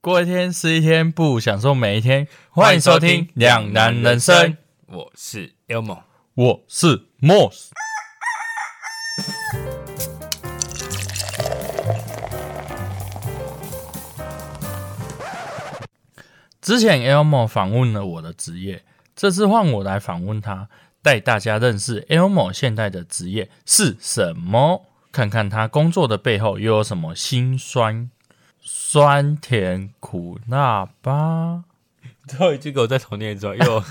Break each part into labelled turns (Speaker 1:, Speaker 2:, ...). Speaker 1: 过一天是一天，不享受每一天。欢迎收听《两难人生》，
Speaker 2: 我是 Elmo。
Speaker 1: 我是 Moss。之前 Elmo 访问了我的职业，这次换我来访问他，带大家认识 Elmo 现在的职业是什么，看看他工作的背后又有什么辛酸、酸甜苦辣吧。
Speaker 2: 最后一句给我再重念 一次，因为我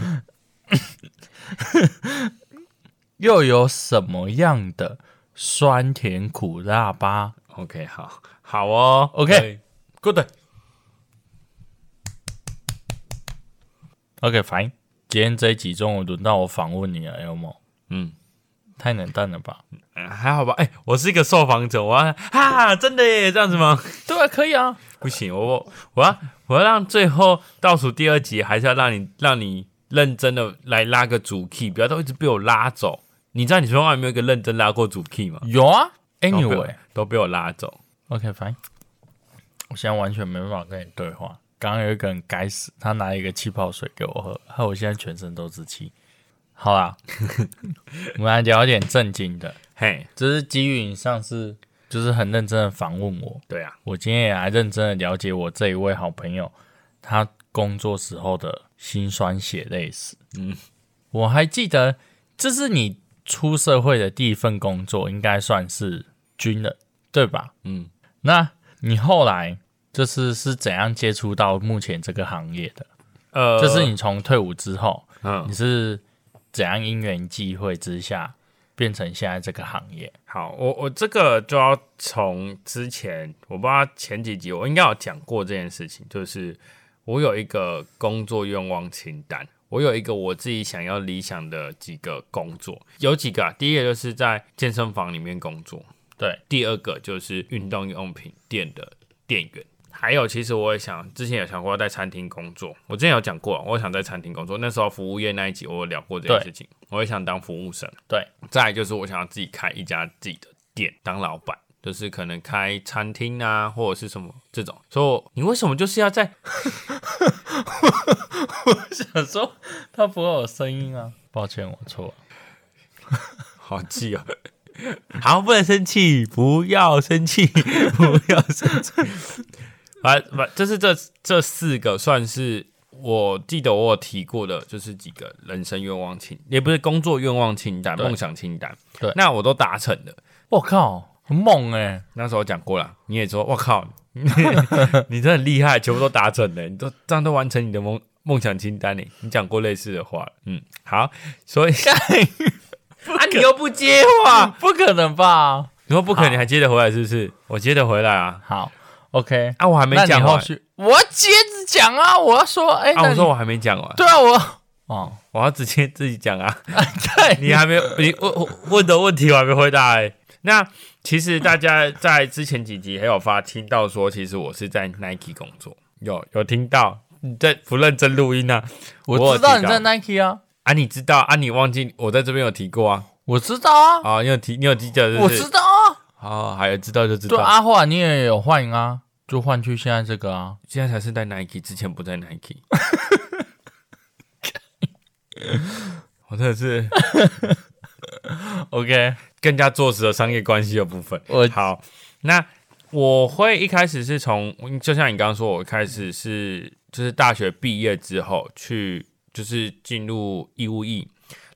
Speaker 1: 又有什么样的酸甜苦辣吧？
Speaker 2: OK 好，好哦
Speaker 1: OK
Speaker 2: 可以 Good。
Speaker 1: OK fine，今天这一集中午轮到我访问你了，Elmo，
Speaker 2: 嗯，
Speaker 1: 太冷淡了吧？
Speaker 2: 呃还好吧？哎、我是一个受访者，我要哈，真的耶，这样子吗？
Speaker 1: 对啊，可以啊。
Speaker 2: 不行，我我我要我要让最后倒数第二集，还是要让你让你认真的来拉个主 key，不要都一直被我拉走。你知道你从来没有一个认真拉过主 key 吗
Speaker 1: 有啊
Speaker 2: 然后被我
Speaker 1: ，Anyway，OK、
Speaker 2: 都被我拉走。
Speaker 1: fine，我现在完全没办法跟你对话。刚刚有一个人该死，他拿一个气泡水给我喝，害我现在全身都是气。好 啦，我们来聊一点正经的。
Speaker 2: 嘿，
Speaker 1: 这是基于你上次就是很认真的访问我，
Speaker 2: 对啊，
Speaker 1: 我今天也来认真的了解我这一位好朋友，他工作时候的辛酸血泪史。
Speaker 2: 嗯，
Speaker 1: 我还记得，这是你出社会的第一份工作，应该算是军人，对吧？
Speaker 2: 嗯，
Speaker 1: 那你后来就是是怎样接触到目前这个行业的？
Speaker 2: 呃，
Speaker 1: 这是你从退伍之后，
Speaker 2: 嗯
Speaker 1: 你是怎样因缘际会之下变成现在这个行业？
Speaker 2: 好，我我这个就要从之前，我不知道前几集我应该有讲过这件事情，就是我有一个工作愿望清单，我有一个我自己想要理想的几个工作，有几个、啊，第一个就是在健身房里面工作，
Speaker 1: 对，
Speaker 2: 第二个就是运动用品店的店员。还有，其实我也想，之前有想过要在餐厅工作。我之前有讲过，我想在餐厅工作。那时候服务业那一集我有聊过这件
Speaker 1: 对
Speaker 2: 事情，我也想当服务生。
Speaker 1: 对，
Speaker 2: 再来就是我想要自己开一家自己的店当老板，就是可能开餐厅啊，或者是什么这种。所以我你为什么就是要在
Speaker 1: 想说他不会有声音啊，抱歉，我错了。
Speaker 2: 好气哦？ 好，不能生气，不要生气， 不要生 气。啊，不，这是这这四个算是我记得我有提过的，就是几个人生愿望清，也不是工作愿望清单、
Speaker 1: 对
Speaker 2: 梦想清单。
Speaker 1: 对
Speaker 2: 那我都达成了。
Speaker 1: 我靠，很猛哎、
Speaker 2: 那时候讲过了，你也说，我靠，你 你真的很厉害，全部都达成了，你都这样都完成你的梦梦想清单呢。你讲过类似的话了，嗯，好，所以 啊，你又不接话，
Speaker 1: 不可能吧？
Speaker 2: 你说不可
Speaker 1: 好
Speaker 2: 能，你还接得回来是不是？我接得回来啊，
Speaker 1: 好，OK，
Speaker 2: 啊，我还没
Speaker 1: 那你
Speaker 2: 讲
Speaker 1: 后
Speaker 2: 完
Speaker 1: 续，我要接着讲啊，我要说，哎、
Speaker 2: 啊，
Speaker 1: 那
Speaker 2: 我
Speaker 1: 你
Speaker 2: 说我还没讲完，
Speaker 1: 对啊，我 哦，
Speaker 2: 我要直接自己讲啊。
Speaker 1: 对，
Speaker 2: 你还没有，你问问的问题我还没回答、欸。那其实大家在之前几集还有发听到说，其实我是在 Nike 工作，有有听到你在不认真录音啊？
Speaker 1: 我知道你在
Speaker 2: 那
Speaker 1: Nike 啊，
Speaker 2: 啊，你知道啊？你忘记我在这边有提过啊？
Speaker 1: 我知道啊，
Speaker 2: 啊，你有提，你有记得是
Speaker 1: 我
Speaker 2: 不
Speaker 1: 知
Speaker 2: 是？
Speaker 1: 道啊，
Speaker 2: 哦，还有知道就知道。
Speaker 1: 对，啊阿华你也有换啊，就换去现在这个啊，
Speaker 2: 现在才是在 Nike，之前不在 Nike。我真的是 OK，更加坐实了商业关系的部分。
Speaker 1: 我
Speaker 2: 好，那我会一开始是从，就像你刚刚说，我开始是就是大学毕业之后去，就是进入义务役，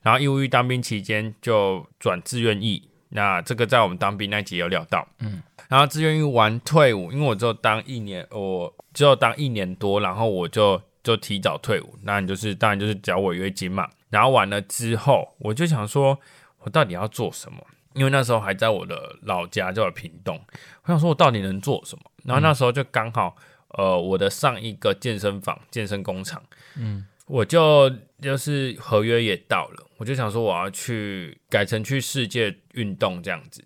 Speaker 2: 然后义务役当兵期间就转志愿役。那这个在我们当兵那集有聊到，嗯，然后志愿役完退伍，因为我只有当一年，我只有当一年多，然后我就就提早退伍。那你就是当然就是缴违约金嘛。然后完了之后，我就想说，我到底要做什么？因为那时候还在我的老家，叫屏东。我想说，我到底能做什么？然后那时候就刚好，呃，我的上一个健身房、健身工厂，嗯，我就就是合约也到了，我就想说我要去改成去世界运动这样子，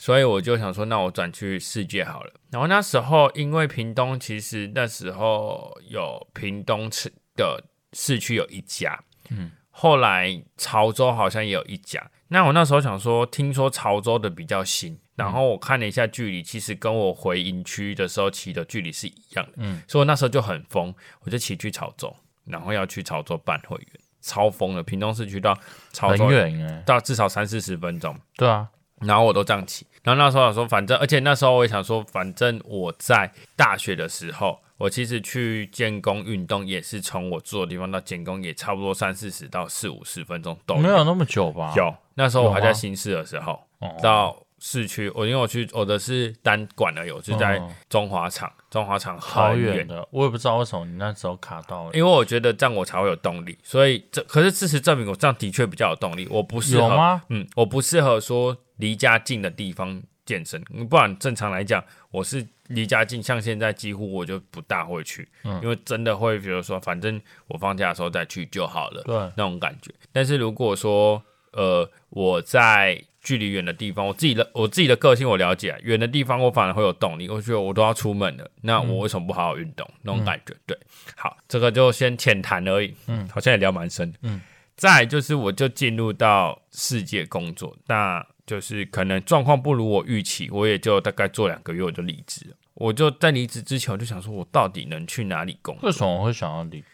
Speaker 2: 所以我就想说，那我转去世界好了。然后那时候因为屏东，其实那时候有屏东市的市区有一家，嗯，后来潮州好像也有一家。那我那时候想说，听说潮州的比较新，然后我看了一下距离，其实跟我回营区的时候骑的距离是一样的，嗯，所以我那时候就很疯，我就骑去潮州，然后要去潮州办会员，超疯的，屏东市区到潮
Speaker 1: 很
Speaker 2: 州
Speaker 1: 远哎、
Speaker 2: 到至少三四十分钟，
Speaker 1: 对啊，
Speaker 2: 然后我都这样骑。然后那时候想说，反正而且那时候我也想说，反正我在大学的时候，我其实去建工运动也是从我住的地方到建工也差不多三四十到四五十分钟都
Speaker 1: 没有哦那么久吧？
Speaker 2: 有。那时候我还
Speaker 1: 有
Speaker 2: 在
Speaker 1: 吗
Speaker 2: 新市的时候，
Speaker 1: 哦
Speaker 2: 到市区，我因为我去我的是单管而已，我是在
Speaker 1: 哦
Speaker 2: 中华场，中华场
Speaker 1: 好
Speaker 2: 很
Speaker 1: 远哦
Speaker 2: 远。
Speaker 1: 的，我也不知道为什么你那时候卡到了。
Speaker 2: 因为我觉得这样我才会有动力，所以这可是事实证明我这样的确比较有动力。我不适合
Speaker 1: 有吗？
Speaker 2: 嗯，我不适合说离家近的地方健身，嗯不然正常来讲，我是离家近，像现在几乎我就不大会去，因为真的会，比如说，反正我放假的时候再去就好了，
Speaker 1: 对
Speaker 2: 那种感觉。但是如果说，呃，我在距离远的地方，我自己的我自己的个性我了解，远的地方我反而会有动力，我觉得我都要出门了，那我为什么不好好运动？那种感觉，对，好，这个就先浅谈而已，嗯，好像也聊蛮深的，嗯。再来就是，我就进入到世界工作，那就是可能状况不如我预期，我也就大概做两个月我就离职了。我就在离职之前，我就想说，我到底能去哪里工作？
Speaker 1: 为什么会想要离职？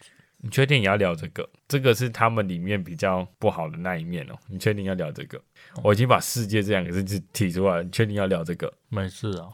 Speaker 2: 你确定你要聊这个？这个是他们里面比较不好的那一面哦。你确定要聊这个？我已经把“世界”这两个字提提出来了，你确定要聊这个？
Speaker 1: 没事啊，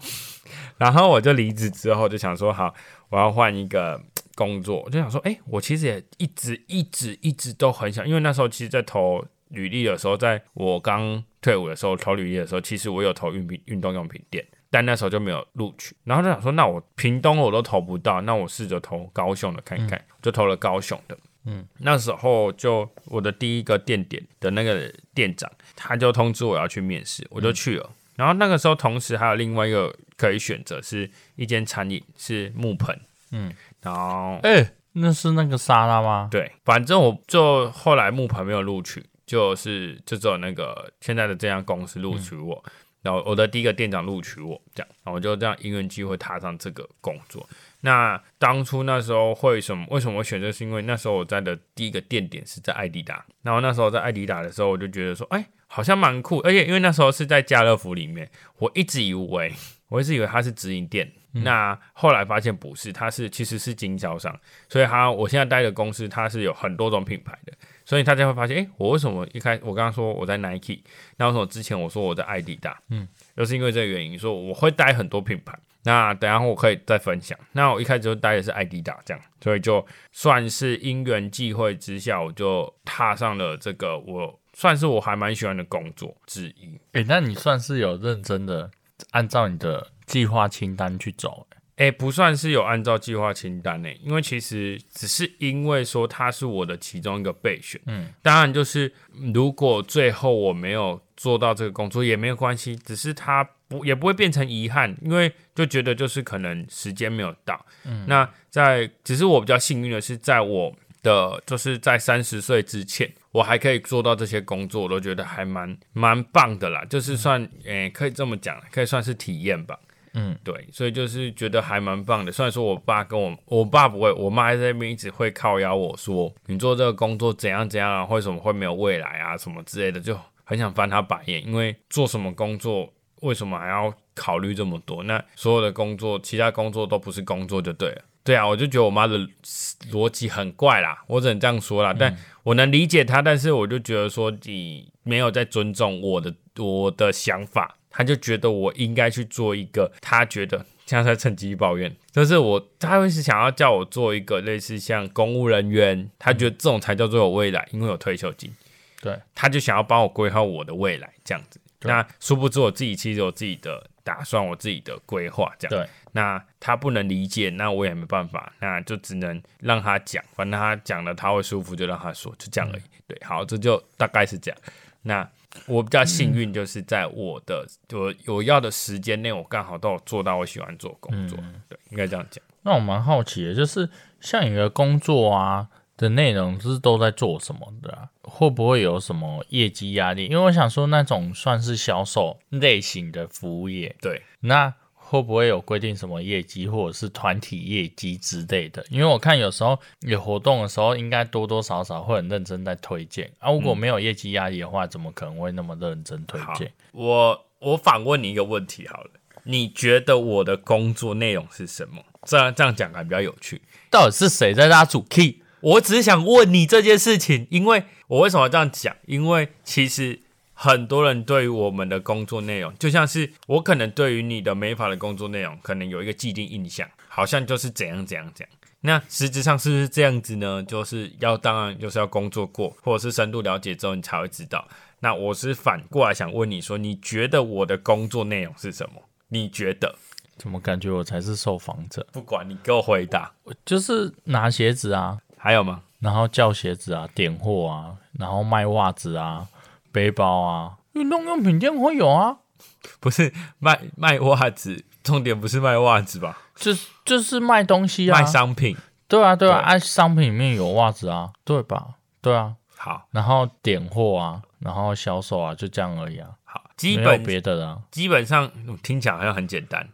Speaker 2: 然后我就离职之后就想说，好，我要换一个工作，我就想说，哎、我其实也一直一直一直都很想，因为那时候其实，在投履历的时候，在我刚退伍的时候投履历的时候，其实我有投运品运动用品店，但那时候就没有录取。然后就想说，那我屏东我都投不到，那我试着投高雄的看看，就投了高雄的。嗯，那时候就我的第一个店点的那个店长，他就通知我要去面试，我就去了。然后那个时候，同时还有另外一个可以选择是一间餐饮，是木盆，
Speaker 1: 嗯，
Speaker 2: 然后
Speaker 1: 哎、那是那个沙拉吗？
Speaker 2: 对，反正我就后来木盆没有录取，就是就只有那个现在的这家公司录取我，然后我的第一个店长录取我，这样，然后我就这样因缘机会踏上这个工作。那当初那时候会什么？为什么我选择？是因为那时候我在的第一个店点是在艾迪达，然后那时候在艾迪达的时候，我就觉得说，哎、好像蛮酷，而且因为那时候是在家乐福里面，我一直以为我一直以为它是直营店，那后来发现不是，它是其实是经销商。所以它我现在待的公司它是有很多种品牌的，所以大家会发现，诶，我为什么一开我刚刚说我在 Nike，那为什么之前我说我在艾迪达？嗯，就是因为这个原因，说我会待很多品牌。那等一下我可以再分享。那我一开始就待的是艾迪达这样，所以就算是因缘际会之下，我就踏上了这个我算是我还蛮喜欢的工作之一。
Speaker 1: 哎、那你算是有认真的按照你的计划清单去走、欸，
Speaker 2: 哎、不算是有按照计划清单呢、因为其实只是因为说它是我的其中一个备选。嗯，当然就是如果最后我没有做到这个工作也没有关系，只是它不也不会变成遗憾，因为就觉得就是可能时间没有到。嗯，那在只是我比较幸运的是，在我的就是在三十岁之前，我还可以做到这些工作，我都觉得还蛮蛮棒的啦，就是算诶、可以这么讲，可以算是体验吧。对，所以就是觉得还蛮棒的。虽然说我爸跟我，我爸不会，我妈还在那边一直会靠邀我说，你做这个工作怎样怎样啊，为什么会没有未来啊，什么之类的，就很想翻他白眼，因为做什么工作，为什么还要考虑这么多？那所有的工作，其他工作都不是工作就对了。对啊，我就觉得我妈的逻辑很怪啦，我只能这样说啦。但我能理解她，但是我就觉得说你没有在尊重我的我的想法，她就觉得我应该去做一个她觉得像在趁机抱怨，就是我她会是想要叫我做一个类似像公务人员，她觉得这种才叫做有未来，因为有退休金。
Speaker 1: 对，
Speaker 2: 他就想要帮我规划我的未来这样子。
Speaker 1: 对
Speaker 2: 那殊不知我自己其实有自己的打算，我自己的规划这样。
Speaker 1: 对，
Speaker 2: 那他不能理解，那我也没办法，那就只能让他讲，反正他讲了他会舒服就让他说，就这样而已。对，好，这就大概是这样。那我比较幸运，就是在我的、我我要的时间内，我刚好都有做到我喜欢做的工作。对，应该这样讲。
Speaker 1: 那我蛮好奇的，就是像你的工作啊的内容是都在做什么的、啊？会不会有什么业绩压力？因为我想说那种算是销售类型的服务业，
Speaker 2: 对，
Speaker 1: 那会不会有规定什么业绩或者是团体业绩之类的？因为我看有时候有活动的时候，应该多多少少会很认真在推荐啊。如果没有业绩压力的话，怎么可能会那么认真推
Speaker 2: 好
Speaker 1: 荐？
Speaker 2: 我我反问你一个问题好了，你觉得我的工作内容是什么？这样这样讲还比较有趣。
Speaker 1: 到底是谁在拉主 key？
Speaker 2: 我只是想问你这件事情，因为我为什么要这样讲？因为其实很多人对于我们的工作内容，就像是我可能对于你的美发的工作内容，可能有一个既定印象，好像就是怎样怎样怎样。那实质上是不是这样子呢？就是要当然就是要工作过，或者是深度了解之后，你才会知道。那我是反过来想问你说，你觉得我的工作内容是什么？你觉得？
Speaker 1: 怎么感觉我才是受访者？
Speaker 2: 不管你给我回答，
Speaker 1: 就是拿鞋子啊，
Speaker 2: 还有吗？
Speaker 1: 然后叫鞋子啊，点货啊，然后卖袜子啊，背包啊，运动用品店会有啊，
Speaker 2: 不是卖卖袜子，重点不是卖袜子吧？
Speaker 1: 就就是卖东西啊，
Speaker 2: 卖商品。
Speaker 1: 对啊对啊，
Speaker 2: 对
Speaker 1: 啊商品里面有袜子啊，对吧？对啊，
Speaker 2: 好
Speaker 1: 然后点货啊，然后销售啊，就这样而已啊，
Speaker 2: 好，基
Speaker 1: 没有
Speaker 2: 本
Speaker 1: 别的啦、啊。
Speaker 2: 基本上嗯听起来好像很简单，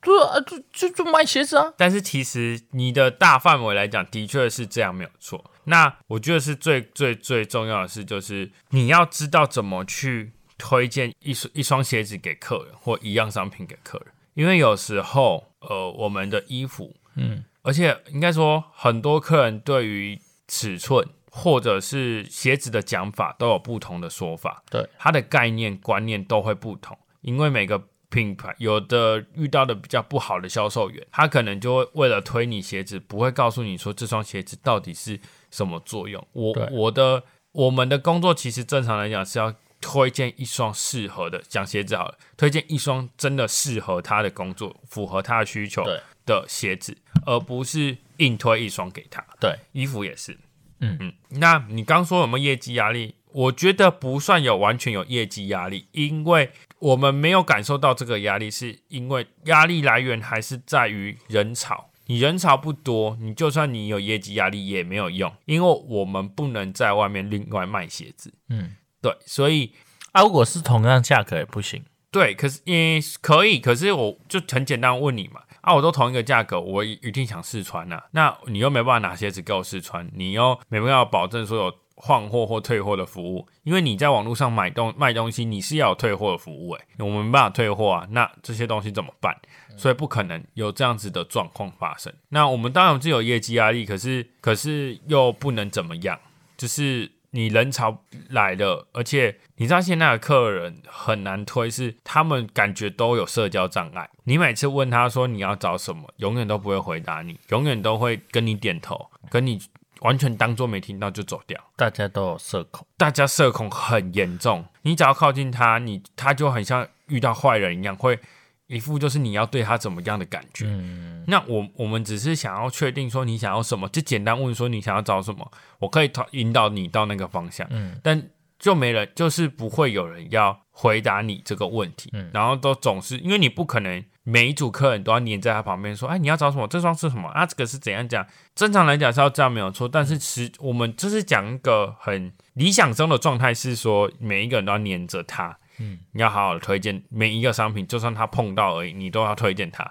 Speaker 1: 对啊，就就就卖鞋子啊，
Speaker 2: 但是其实你的大范围来讲，的确是这样没有错。那我觉得是最最最重要的是，就是你要知道怎么去推荐一双一双鞋子给客人或一样商品给客人，因为有时候呃，我们的衣服
Speaker 1: 嗯，
Speaker 2: 而且应该说，很多客人对于尺寸或者是鞋子的讲法都有不同的说法，
Speaker 1: 对
Speaker 2: 它的概念观念都会不同，因为每个品牌有的遇到的比较不好的销售员，他可能就会为了推你鞋子，不会告诉你说这双鞋子到底是什么作用。我
Speaker 1: 对
Speaker 2: 我的我们的工作其实正常来讲是要。推荐一双适合的，讲鞋子好了，推荐一双真的适合他的工作，符合他的需求，
Speaker 1: 对
Speaker 2: 的鞋子，而不是硬推一双给他。
Speaker 1: 对，
Speaker 2: 衣服也是，
Speaker 1: 嗯
Speaker 2: 嗯。那你刚说有没有业绩压力？我觉得不算有完全有业绩压力，因为我们没有感受到这个压力，是因为压力来源还是在于人潮。你人潮不多，你就算你有业绩压力也没有用，因为我们不能在外面另外卖鞋子。
Speaker 1: 嗯，
Speaker 2: 对，所以
Speaker 1: 啊，如果是同样价格也不行，
Speaker 2: 对，可是也、可以，可是我就很简单问你嘛，啊，我都同一个价格，我一定想试穿呐、那你又没办法拿鞋子给我试穿，你又没办法保证说有换货或退货的服务，因为你在网络上买东卖东西，你是要有退货的服务、欸，我们没办法退货啊，那这些东西怎么办？所以不可能有这样子的状况发生。那我们当然是有业绩压力，可是可是又不能怎么样，就是你人潮来了，而且你知道现在的客人很难推，是他们感觉都有社交障碍。你每次问他说你要找什么，永远都不会回答你，永远都会跟你点头，跟你完全当做没听到就走掉。
Speaker 1: 大家都有社恐，
Speaker 2: 大家社恐很严重，你只要靠近他，你他就很像遇到坏人一样，会一副就是你要对他怎么样的感觉。
Speaker 1: 嗯，
Speaker 2: 那我我们只是想要确定说你想要什么，就简单问说你想要找什么，我可以导引导你到那个方向。
Speaker 1: 嗯，
Speaker 2: 但就没人，就是不会有人要回答你这个问题。
Speaker 1: 嗯
Speaker 2: 然后都总是因为你不可能每一组客人都要黏在他旁边说，哎，你要找什么？这双是什么啊？这个是怎样讲？正常来讲是要这样没有错，但是实我们就是讲一个很理想中的状态是说，每一个人都要黏着他。
Speaker 1: 嗯，
Speaker 2: 你要好好的推荐每一个商品，就算他碰到而已，你都要推荐他。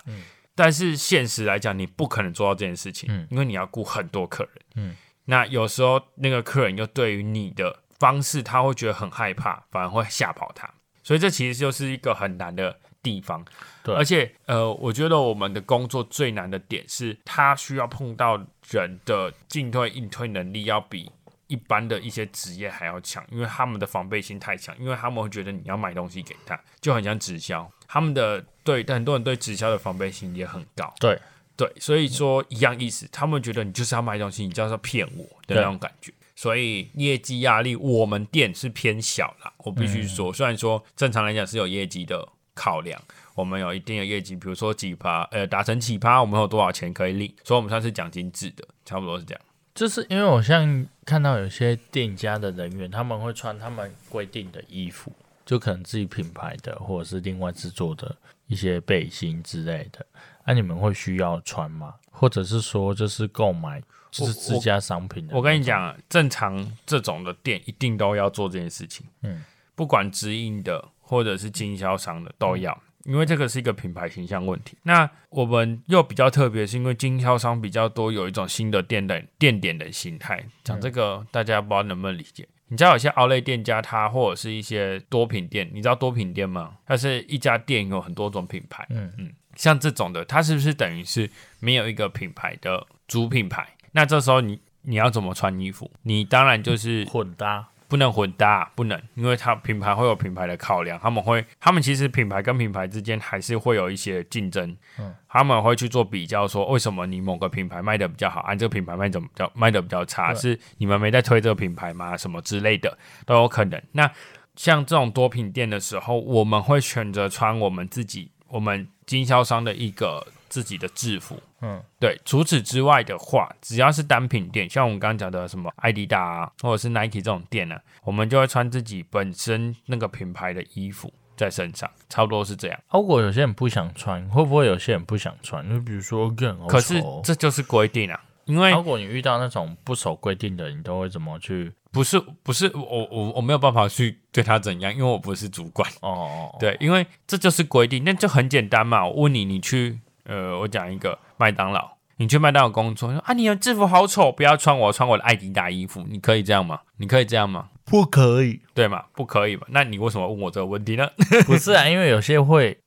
Speaker 2: 但是现实来讲，你不可能做到这件事情，
Speaker 1: 嗯
Speaker 2: 因为你要顾很多客人，
Speaker 1: 嗯，
Speaker 2: 那有时候那个客人又对于你的方式，他会觉得很害怕，反而会吓跑他，所以这其实就是一个很难的地方。
Speaker 1: 对
Speaker 2: 而且呃，我觉得我们的工作最难的点是，他需要碰到人的进退应退能力要比。一般的一些职业还要强，因为他们的防备心太强，因为他们会觉得你要买东西给他，就很像直销。他们的对很多人对直销的防备心也很高，
Speaker 1: 对，
Speaker 2: 对，所以说一样意思，他们觉得你就是要卖东西，你就是要骗我的那种感觉。所以业绩压力，我们店是偏小啦，我必须说，虽然说正常来讲是有业绩的考量，我们有一定的业绩，比如说几趴，呃，达成几趴，我们有多少钱可以领，所以我们算是奖金制的，差不多是这样。
Speaker 1: 就是因为我像看到有些店家的人员，他们会穿他们规定的衣服，就可能自己品牌的或者是另外制作的一些背心之类的。那、你们会需要穿吗？或者是说，就是购买就是自家商品的
Speaker 2: 我跟你讲啊，正常这种的店一定都要做这件事情，
Speaker 1: 嗯，
Speaker 2: 不管直营的或者是经销商的都要，
Speaker 1: 嗯
Speaker 2: 因为这个是一个品牌形象问题。那我们又比较特别，是因为经销商比较多，有一种新的店的店点的形态。讲
Speaker 1: 嗯
Speaker 2: 这个，大家不知道能不能理解。你知道有些 o u 店家，它或者是一些多品店，你知道多品店吗？它是一家店有很多种品牌。
Speaker 1: 嗯
Speaker 2: 嗯，像这种的，它是不是等于是没有一个品牌的主品牌？那这时候你你要怎么穿衣服？你当然就是
Speaker 1: 混搭，啊
Speaker 2: 不能混搭，不能，因为它品牌会有品牌的考量，他们会，他们其实品牌跟品牌之间还是会有一些竞争，
Speaker 1: 嗯
Speaker 2: 他们会去做比较，说为什么你某个品牌卖的比较好，啊，你这个品牌卖的比较卖的比较差，
Speaker 1: 对
Speaker 2: 是你们没在推这个品牌吗？什么之类的都有可能。那像这种多品店的时候，我们会选择穿我们自己，我们经销商的一个自己的制服，
Speaker 1: 嗯，
Speaker 2: 对，除此之外的话，只要是单品店，像我们刚刚讲的什么艾迪达啊，或者是 Nike 这种店呢、我们就会穿自己本身那个品牌的衣服在身上，差不多是这样。
Speaker 1: 啊，如果有些人不想穿，会不会有些人不想穿？就比如说更
Speaker 2: 可是这就是规定啊，因为
Speaker 1: 如果你遇到那种不守规定的，你都会怎么去？
Speaker 2: 不是不是我我我没有办法去对他怎样，因为我不是主管。
Speaker 1: 哦哦，哦，
Speaker 2: 对，因为这就是规定，那就很简单嘛。我问你，你去呃，我讲一个麦当劳，你去麦当劳工作，你说啊，你的制服好丑，不要穿我，我穿我的艾迪达衣服，你可以这样吗？你可以这样吗？
Speaker 1: 不可 以，
Speaker 2: 对嘛？不可以嘛？那你为什么问我这个问题呢？
Speaker 1: 不是啊，因为有些会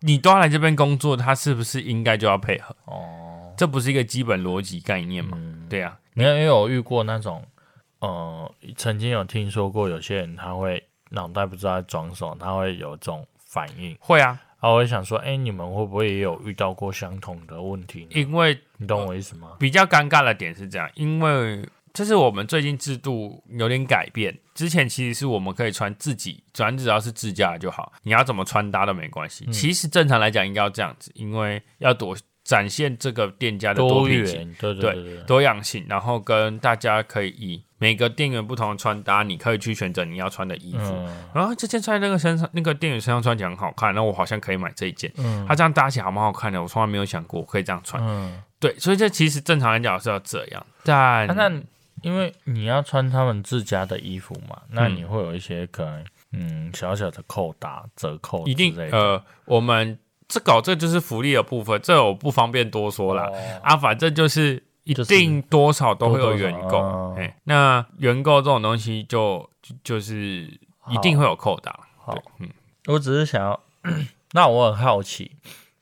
Speaker 2: 你都要来这边工作，他是不是应该就要配合？
Speaker 1: 哦，
Speaker 2: 这不是一个基本逻辑概念吗？
Speaker 1: 嗯，
Speaker 2: 对啊呀、
Speaker 1: 没有，因为我遇过那种，呃，曾经有听说过有些人他会脑袋不知道在装什么，他会有这种反应。
Speaker 2: 会啊，
Speaker 1: 啊，我会想说，哎、你们会不会也有遇到过相同的问题呢？
Speaker 2: 因为
Speaker 1: 你懂我意思吗？
Speaker 2: 比较尴尬的点是这样，因为这是我们最近制度有点改变。之前其实是我们可以穿自己，反正只要是自家的就好，你要怎么穿搭都没关
Speaker 1: 嗯
Speaker 2: 系。其实正常来讲应该要这样子，因为要多展现这个店家的多
Speaker 1: 多
Speaker 2: 品性。
Speaker 1: 元，对对
Speaker 2: 对
Speaker 1: 对对，
Speaker 2: 多样性，然后跟大家可以以每个店员不同的穿搭，你可以去选择你要穿的衣服。
Speaker 1: 嗯
Speaker 2: 然后这件穿在那个身上，那个店员身上穿起来很好看，那我好像可以买这一件。
Speaker 1: 嗯
Speaker 2: 它这样搭起来好蛮好看的，我从来没有想过我可以这样穿。
Speaker 1: 嗯，
Speaker 2: 对，所以这其实正常来讲是要这样，但、
Speaker 1: 啊那因为你要穿他们自家的衣服嘛，那
Speaker 2: 嗯
Speaker 1: 你会有一些可能，嗯，小小的扣打、折扣
Speaker 2: 一定
Speaker 1: 之类的
Speaker 2: 呃，我们这搞这就是福利的部分，这我不方便多说啦。
Speaker 1: 哦
Speaker 2: 啊，反正就是一
Speaker 1: 就是
Speaker 2: 定多少都会有
Speaker 1: 多多少
Speaker 2: 原购，哎、
Speaker 1: 哦
Speaker 2: 那原购这种东西就就就是一定会有扣打。
Speaker 1: 好
Speaker 2: 对，嗯，
Speaker 1: 我只是想要， 那我很好奇，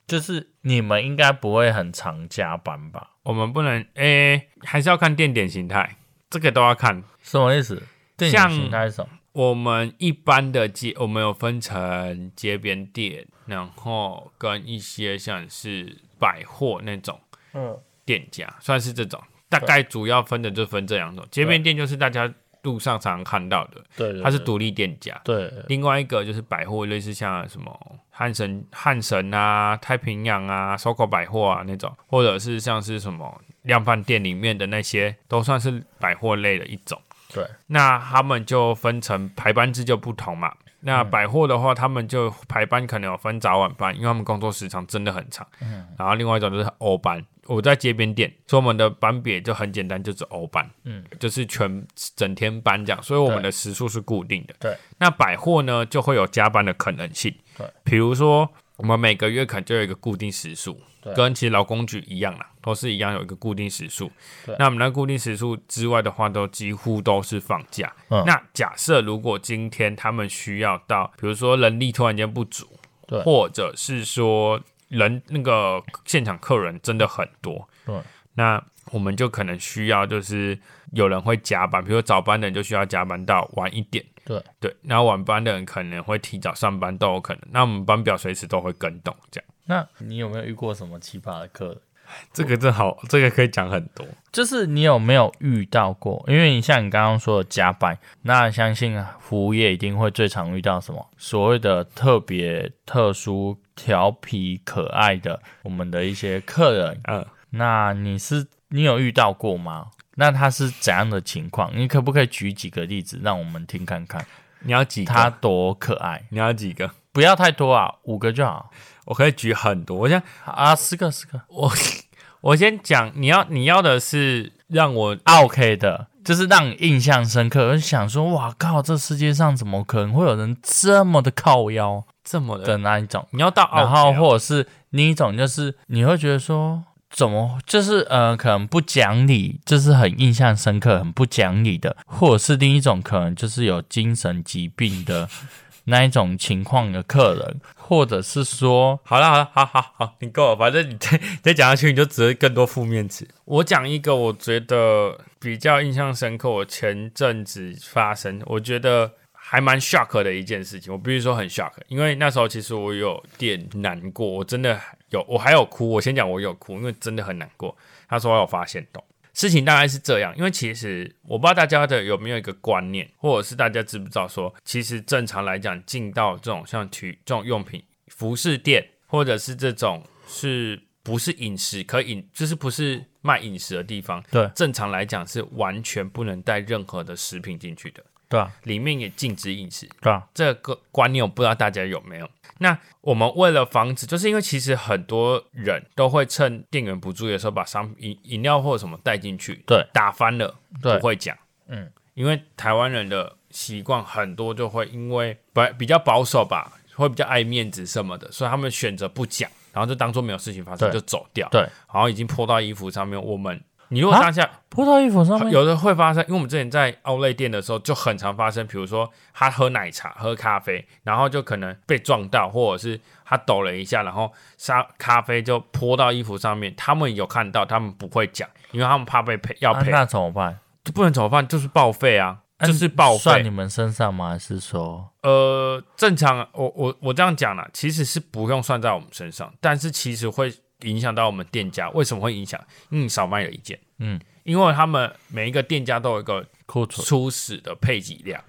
Speaker 1: 就是你们应该不会很常加班吧？
Speaker 2: 我们不能，诶、还是要看店点形态，这个都要看。
Speaker 1: 什么意思？电影
Speaker 2: 像
Speaker 1: 形态是什么？
Speaker 2: 我们一般的街，我们有分成街边店，然后跟一些像是百货那种
Speaker 1: 嗯，
Speaker 2: 店家，算是这种。大概主要分的就分这两种，街边店就是大家路上常常看到的，
Speaker 1: 对，对
Speaker 2: 它是独立店家。
Speaker 1: 对，
Speaker 2: 另外一个就是百货，类似像什么汉神、汉神啊、太平洋啊、搜狗百货啊那种，或者是像是什么量贩店里面的那些，都算是百货类的一种。
Speaker 1: 对，
Speaker 2: 那他们就分成排班制就不同嘛。那
Speaker 1: 嗯
Speaker 2: 百货的话，他们就排班可能有分早晚班，因为他们工作时长真的很长。嗯。然后另外一种就是欧班，我在街边店，所以我们的班别就很简单，就是欧班，
Speaker 1: 嗯，
Speaker 2: 就是全整天班这样，所以我们
Speaker 1: 对
Speaker 2: 的时数是固定的。
Speaker 1: 对。
Speaker 2: 那百货呢，就会有加班的可能性。
Speaker 1: 对。
Speaker 2: 比如说，我们每个月可能就有一个固定时数
Speaker 1: 对，
Speaker 2: 跟其实劳工局一样啦，都是一样有一个固定时数。
Speaker 1: 对
Speaker 2: 那我们那固定时数之外的话，都几乎都是放假。
Speaker 1: 嗯
Speaker 2: 那假设如果今天他们需要到，比如说人力突然间不足
Speaker 1: 对，
Speaker 2: 或者是说人那个现场客人真的很多，
Speaker 1: 对，
Speaker 2: 那我们就可能需要就是有人会加班，比如说早班的人就需要加班到晚一点。
Speaker 1: 对
Speaker 2: 对，然后晚班的人可能会提早上班都有可能，那我们班表随时都会跟动，这样
Speaker 1: 那你有没有遇过什么奇葩的客人？
Speaker 2: 这个正好，这个可以讲很多。
Speaker 1: 就是你有没有遇到过？因为你像你刚刚说的加班，那相信服务业一定会最常遇到什么所谓的特别、特殊、调皮、可爱的我们的一些客人。
Speaker 2: 嗯，
Speaker 1: 那你是你有遇到过吗？那他是怎样的情况？你可不可以举几个例子让我们听看看，
Speaker 2: 你要几个？
Speaker 1: 他多可爱？
Speaker 2: 你要几个？
Speaker 1: 不要太多啊，五个就好
Speaker 2: 我可以举很多。我先
Speaker 1: 啊，四个四个
Speaker 2: 我我先讲，你要你要的是让我
Speaker 1: 啊，OK 的，就是让你印象深刻，我就想说，哇靠，这世界上怎么可能会有人这么的靠腰
Speaker 2: 这么的，
Speaker 1: 的那一种？
Speaker 2: 你要到
Speaker 1: 然
Speaker 2: 澳
Speaker 1: 后
Speaker 2: 洲
Speaker 1: 或者是另一种就是你会觉得说。怎么就是呃，可能不讲理，就是很印象深刻、很不讲理的，或者是另一种可能就是有精神疾病的那一种情况的客人，或者是说
Speaker 2: 好了好了，好好好，你够了。反正你 再再讲下去，你就只会更多负面词。我讲一个，我觉得比较印象深刻，我前阵子发生，我觉得还蛮 shock 的一件事情。我必须说很 shock，因为那时候其实我有点难过，我真的有，我还有哭。我先讲我有哭，因为真的很难过。他说我有发现懂。事情大概是这样，因为其实我不知道大家的有没有一个观念，或者是大家知不知道说，其实正常来讲，进到这种像体这种用品服饰店，或者是这种是不是饮食可饮，就是不是卖饮食的地方，
Speaker 1: 对
Speaker 2: 正常来讲是完全不能带任何的食品进去的，
Speaker 1: 对啊
Speaker 2: 里面也禁止饮食。
Speaker 1: 对啊，
Speaker 2: 这个观念我不知道大家有没有。那我们为了防止，就是因为其实很多人都会趁店员不注意的时候把商饮饮料或者什么带进去，
Speaker 1: 对
Speaker 2: 打翻了
Speaker 1: 对
Speaker 2: 不会讲，
Speaker 1: 嗯，
Speaker 2: 因为台湾人的习惯很多就会因为不比较保守吧，会比较爱面子什么的，所以他们选择不讲，然后就当做没有事情发生
Speaker 1: 对
Speaker 2: 就走掉，
Speaker 1: 对
Speaker 2: 然后已经泼到衣服上面，我们。你如果
Speaker 1: 啊
Speaker 2: 当下
Speaker 1: 泼到衣服上面
Speaker 2: 哦有的会发生，因为我们之前在奥莱店的时候就很常发生，比如说他喝奶茶、喝咖啡，然后就可能被撞到，或者是他抖了一下，然后沙咖啡就泼到衣服上面。他们有看到，他们不会讲，因为他们怕被赔，要
Speaker 1: 啊
Speaker 2: 赔、
Speaker 1: 那怎么办？
Speaker 2: 就不能怎么办？就是报废啊，
Speaker 1: 啊
Speaker 2: 就是报
Speaker 1: 算你
Speaker 2: 废。
Speaker 1: 们身上吗？还是说
Speaker 2: 呃，正常，我我我这样讲啦，其实是不用算在我们身上，但是其实会影响到我们店家。为什么会影响？因为你少卖了一件，
Speaker 1: 嗯，
Speaker 2: 因为他们每一个店家都有一个
Speaker 1: 库存？
Speaker 2: 初始的配给量。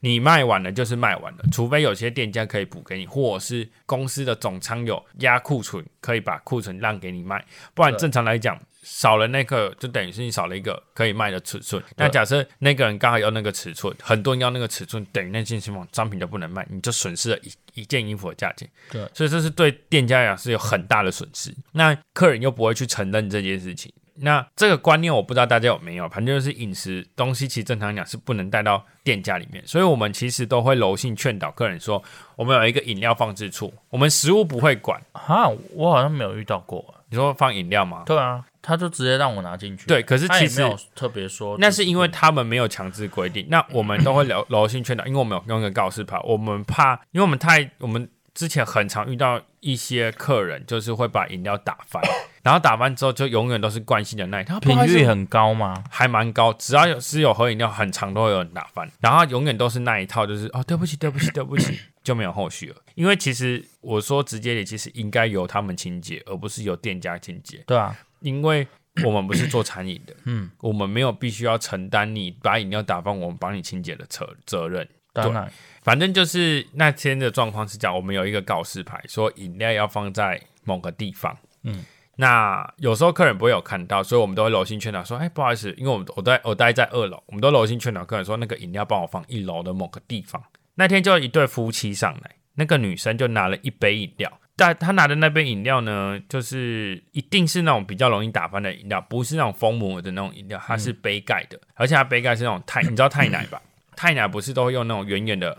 Speaker 2: 你卖完了就是卖完了，除非有些店家可以补给你，或者是公司的总仓有压库存，可以把库存让给你卖，不然
Speaker 1: 对
Speaker 2: 正常来讲少了那个就等于是你少了一个可以卖的尺寸。那假设那个人刚好要那个尺寸，很多人要那个尺寸，等于那件新品商品就不能卖，你就损失了一一件衣服的价钱。
Speaker 1: 对
Speaker 2: 所以这是对店家来讲是有很大的损失。那客人又不会去承认这件事情。那这个观念我不知道大家有没有，反正就是饮食东西，其实正常讲是不能带到店家里面，所以我们其实都会柔性劝导客人说，我们有一个饮料放置处，我们食物不会管。
Speaker 1: 哈，我好像没有遇到过。
Speaker 2: 你说放饮料吗？
Speaker 1: 对啊，他就直接让我拿进去。
Speaker 2: 对可是
Speaker 1: 他也
Speaker 2: 其实
Speaker 1: 没有特别说，
Speaker 2: 那是因为他们没有强制规定，那我们都会柔柔性劝导，因为我们有用一个告示牌，我们怕，因为我们太我们之前很常遇到一些客人，就是会把饮料打翻，然后打翻之后就永远都是惯性的那一套，
Speaker 1: 频
Speaker 2: 不好意思
Speaker 1: 率很高吗？
Speaker 2: 还蛮高，只要有是有喝饮料，很长都会有人打翻，然后永远都是那一套，就是哦，对不起，对不起，对不起，就没有后续了。因为其实我说直接点，其实应该由他们清洁，而不是由店家清洁，
Speaker 1: 对啊，
Speaker 2: 因为我们不是做餐饮的，嗯，我们没有必须要承担你把饮料打翻，我们帮你清洁的责责任。
Speaker 1: 当然
Speaker 2: 反正就是那天的状况是讲，我们有一个告示牌说饮料要放在某个地方。
Speaker 1: 嗯，
Speaker 2: 那有时候客人不会有看到，所以我们都会柔性劝导说：“哎、不好意思，因为我们我待我待在二楼，我们都柔性劝啊导客人说，那个饮料帮我放一楼的某个地方。”那天就有一对夫妻上来，那个女生就拿了一杯饮料。但她拿的那杯饮料呢，就是一定是那种比较容易打翻的饮料，不是那种封膜的那种饮料，它是杯盖的，而且它杯盖是那种太，你知道太奶吧？ 太奶不是都会用那种圆圆的，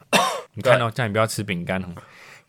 Speaker 2: 你看到、这样你不要吃饼干哦，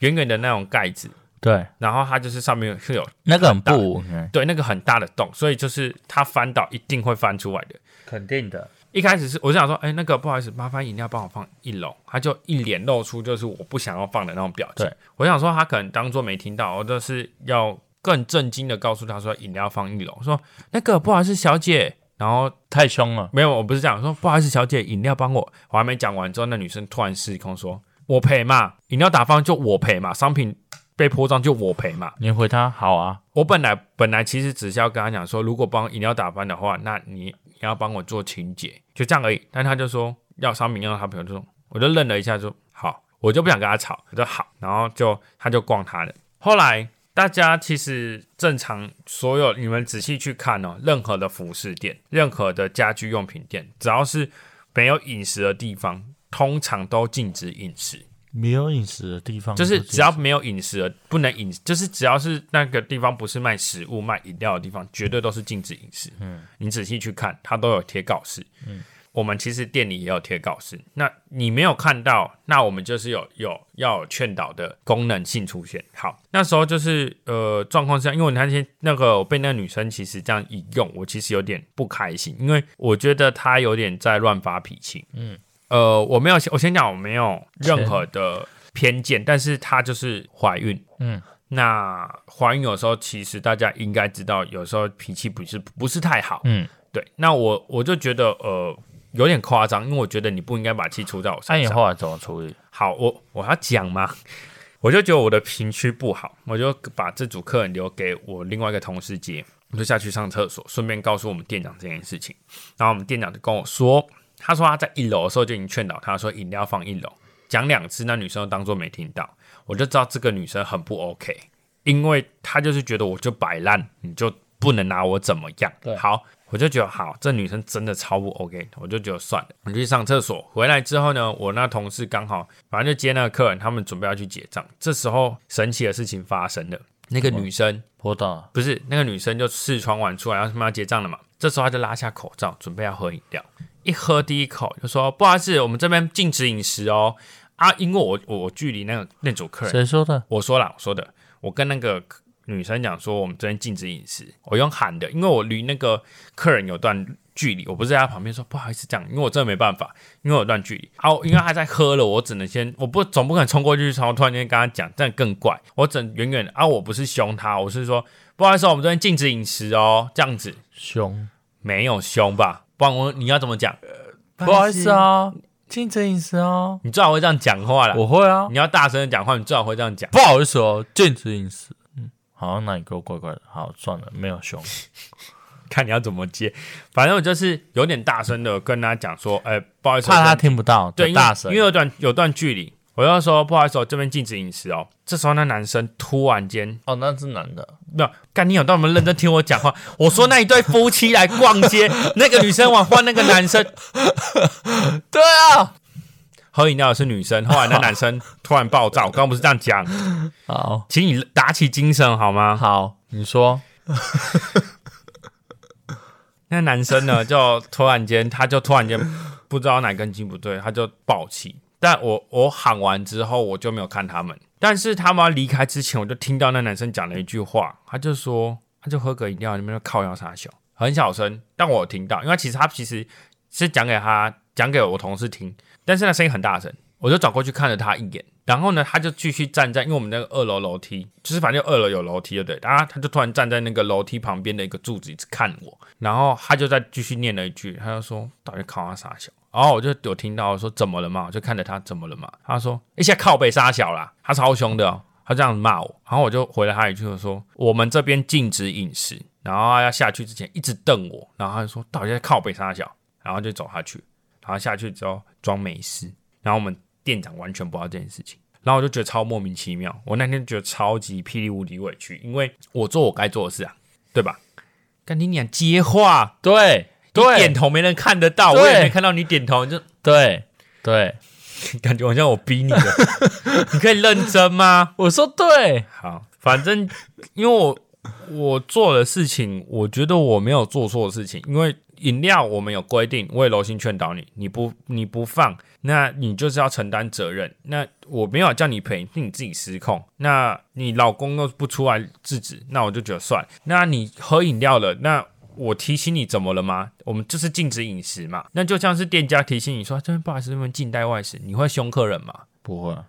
Speaker 2: 圆圆的那种盖子，
Speaker 1: 对，
Speaker 2: 然后它就是上面是有
Speaker 1: 那个很不稳欸
Speaker 2: 对那个很大的洞，所以就是它翻倒一定会翻出来的。
Speaker 1: 肯定的。
Speaker 2: 一开始是我就想说，哎、那个不好意思，麻烦饮料帮我放一楼，他就一脸露出就是我不想要放的那种表情
Speaker 1: 对。
Speaker 2: 我想说他可能当做没听到，我就是要更震惊的告诉他说饮料放一楼，我说那个不好意思，小姐，然后
Speaker 1: 太凶了，
Speaker 2: 没有，我不是这样说，不好意思，小姐，饮料帮我。我还没讲完之后，那女生突然失控说：“我赔嘛，饮料打翻就我赔嘛，商品被泼脏就我赔嘛。
Speaker 1: 你回他好啊，”
Speaker 2: 我本来本来其实只是要跟她讲说，如果帮饮料打翻的话，那你你要帮我做清洁，就这样而已。但她就说要商品要她朋友，就说我就愣了一下说，好，我就不想跟她吵，我说好，然后就她就逛她的。后来大家其实正常，所有你们仔细去看哦，任何的服饰店、任何的家居用品店，只要是没有饮食的地方，通常都禁止饮食。
Speaker 1: 没有饮食的地方
Speaker 2: 就是
Speaker 1: 不
Speaker 2: 只要没有饮食的，不能饮，就是只要是那个地方不是卖食物、卖饮料的地方，绝对都是禁止饮食。嗯，你仔细去看，它都有贴告示。嗯，我们其实店里也有贴告示，那你没有看到，那我们就是有有要有劝导的功能性出现。好，那时候就是呃状况是这样，因为我那天那个我被那个女生其实这样一用，我其实有点不开心，因为我觉得她有点在乱发脾气。嗯，呃，我没有，我先讲我没有任何的偏见，但是她就是怀孕。
Speaker 1: 嗯。
Speaker 2: 那怀孕有时候其实大家应该知道，有时候脾气不是不是太好，
Speaker 1: 嗯，
Speaker 2: 对。那我我就觉得呃有点夸张，因为我觉得你不应该把气出在我
Speaker 1: 那
Speaker 2: 身
Speaker 1: 你
Speaker 2: 上。
Speaker 1: 后来怎么处理？
Speaker 2: 好，我我要讲吗？ 我就觉得我的情绪不好，我就把这组客人留给我另外一个同事接，我就下去上厕所，顺便告诉我们店长这件事情。然后我们店长就跟我说，他说他在一楼的时候就已经劝导他说饮料放一楼，讲两次，那女生就当做没听到，我就知道这个女生很不 OK，因为她就是觉得我就摆烂，你就不能拿我怎么样
Speaker 1: 对。
Speaker 2: 好，我就觉得好，这女生真的超不 OK，我就觉得算了，我就去上厕所。回来之后呢，我那同事刚好反正就接那个客人，他们准备要去结账，这时候神奇的事情发生了，那个女生
Speaker 1: 泼到了
Speaker 2: 不是那个女生就试穿完出来，然后他们要结账了嘛。这时候她就拉下口罩，准备要喝饮料。一喝第一口就说：“不好意思，我们这边禁止饮食哦。”啊，因为我我我距离那个那组客人
Speaker 1: 谁说的？
Speaker 2: 我说啦，我说的，我跟那个女生讲说，我们这边禁止饮食，我用喊的，因为我离那个客人有段距离，我不是在他旁边说不好意思这样，因为我真的没办法，因为我有段距离。啊，我因为他在喝了，我只能先，我不总不可能冲过去，然后突然间跟他讲，这样更怪。我整远远啊，我不是凶他，我是说不好意思，我们这边禁止饮食哦，这样子
Speaker 1: 凶，
Speaker 2: 没有凶吧？不然我你要怎么讲？
Speaker 1: 不好意思啊，禁止饮食啊，
Speaker 2: 你最好会这样讲话啦。
Speaker 1: 我会啊，
Speaker 2: 你要大声的讲话，你最好会这样讲。
Speaker 1: 不好意思哦，禁止饮食。嗯，好，那你给我乖乖的。好，算了，没有凶。
Speaker 2: 看你要怎么接。反正我就是有点大声的跟他讲说，哎、不好意思，
Speaker 1: 怕他
Speaker 2: 我这边
Speaker 1: 听不到，
Speaker 2: 对因为
Speaker 1: 大声，
Speaker 2: 因为有段有段距离，我要说不好意思，我这边禁止饮食哦。这时候那男生突然间，
Speaker 1: 哦，那是男的，
Speaker 2: 没有，干你有到没有认真听我讲话？我说那一对夫妻来逛街，那个女生往换那个男生
Speaker 1: 对啊，
Speaker 2: 喝饮料的是女生，后来那男生突然暴躁，我刚刚不是这样讲，
Speaker 1: 好
Speaker 2: 请你打起精神好吗？
Speaker 1: 好，你说
Speaker 2: 那男生呢，就突然间，他就突然间不知道哪根筋不对，他就暴气。但我我喊完之后，我就没有看他们。但是他们要离开之前，我就听到那男生讲了一句话，他就说，他就喝个饮料，你们就靠腰撒小，很小声，但我有听到，因为其实他其实是讲给他讲给我同事听，但是那声音很大声，我就转过去看了他一眼，然后呢，他就继续站在，因为我们那个二楼楼梯，就是反正二楼有楼梯，对不对？然后他就突然站在那个楼梯旁边的一个柱子一直看我，然后他就在继续念了一句，他就说：“到底靠他傻小？”然后我就有听到我说：“怎么了嘛？”我就看着他怎么了嘛？他说：“一下靠背傻小啦，他超凶的、哦。”他这样骂我，然后我就回了他一句，我说：“我们这边禁止饮食。”然后他要下去之前一直瞪我，然后他就说：“到底在靠背傻小？”然后就走下去。然后下去之后装没事，然后我们店长完全不知道这件事情，然后我就觉得超莫名其妙，我那天觉得超级霹雳无敌委屈，因为我做我该做的事啊，对吧？跟你讲接话，
Speaker 1: 对
Speaker 2: 你点
Speaker 1: 对
Speaker 2: 头没人看得到，
Speaker 1: 对
Speaker 2: 我也没看到你点头，你就
Speaker 1: 对对，
Speaker 2: 感觉好像我逼你的， 你可以认真吗？
Speaker 1: 我说对，
Speaker 2: 好，反正因为我我做的事情，我觉得我没有做错事情，因为饮料我们有规定，我也柔性劝导你，你不你不放，那你就是要承担责任。那我没有叫你赔，是你自己失控。那你老公又不出来制止，那我就觉得算了。那你喝饮料了，那。我提醒你怎么了吗？我们就是禁止饮食嘛，那就像是店家提醒你说，这边不好意思，这边禁带外食，你会凶客人吗？
Speaker 1: 不会啊，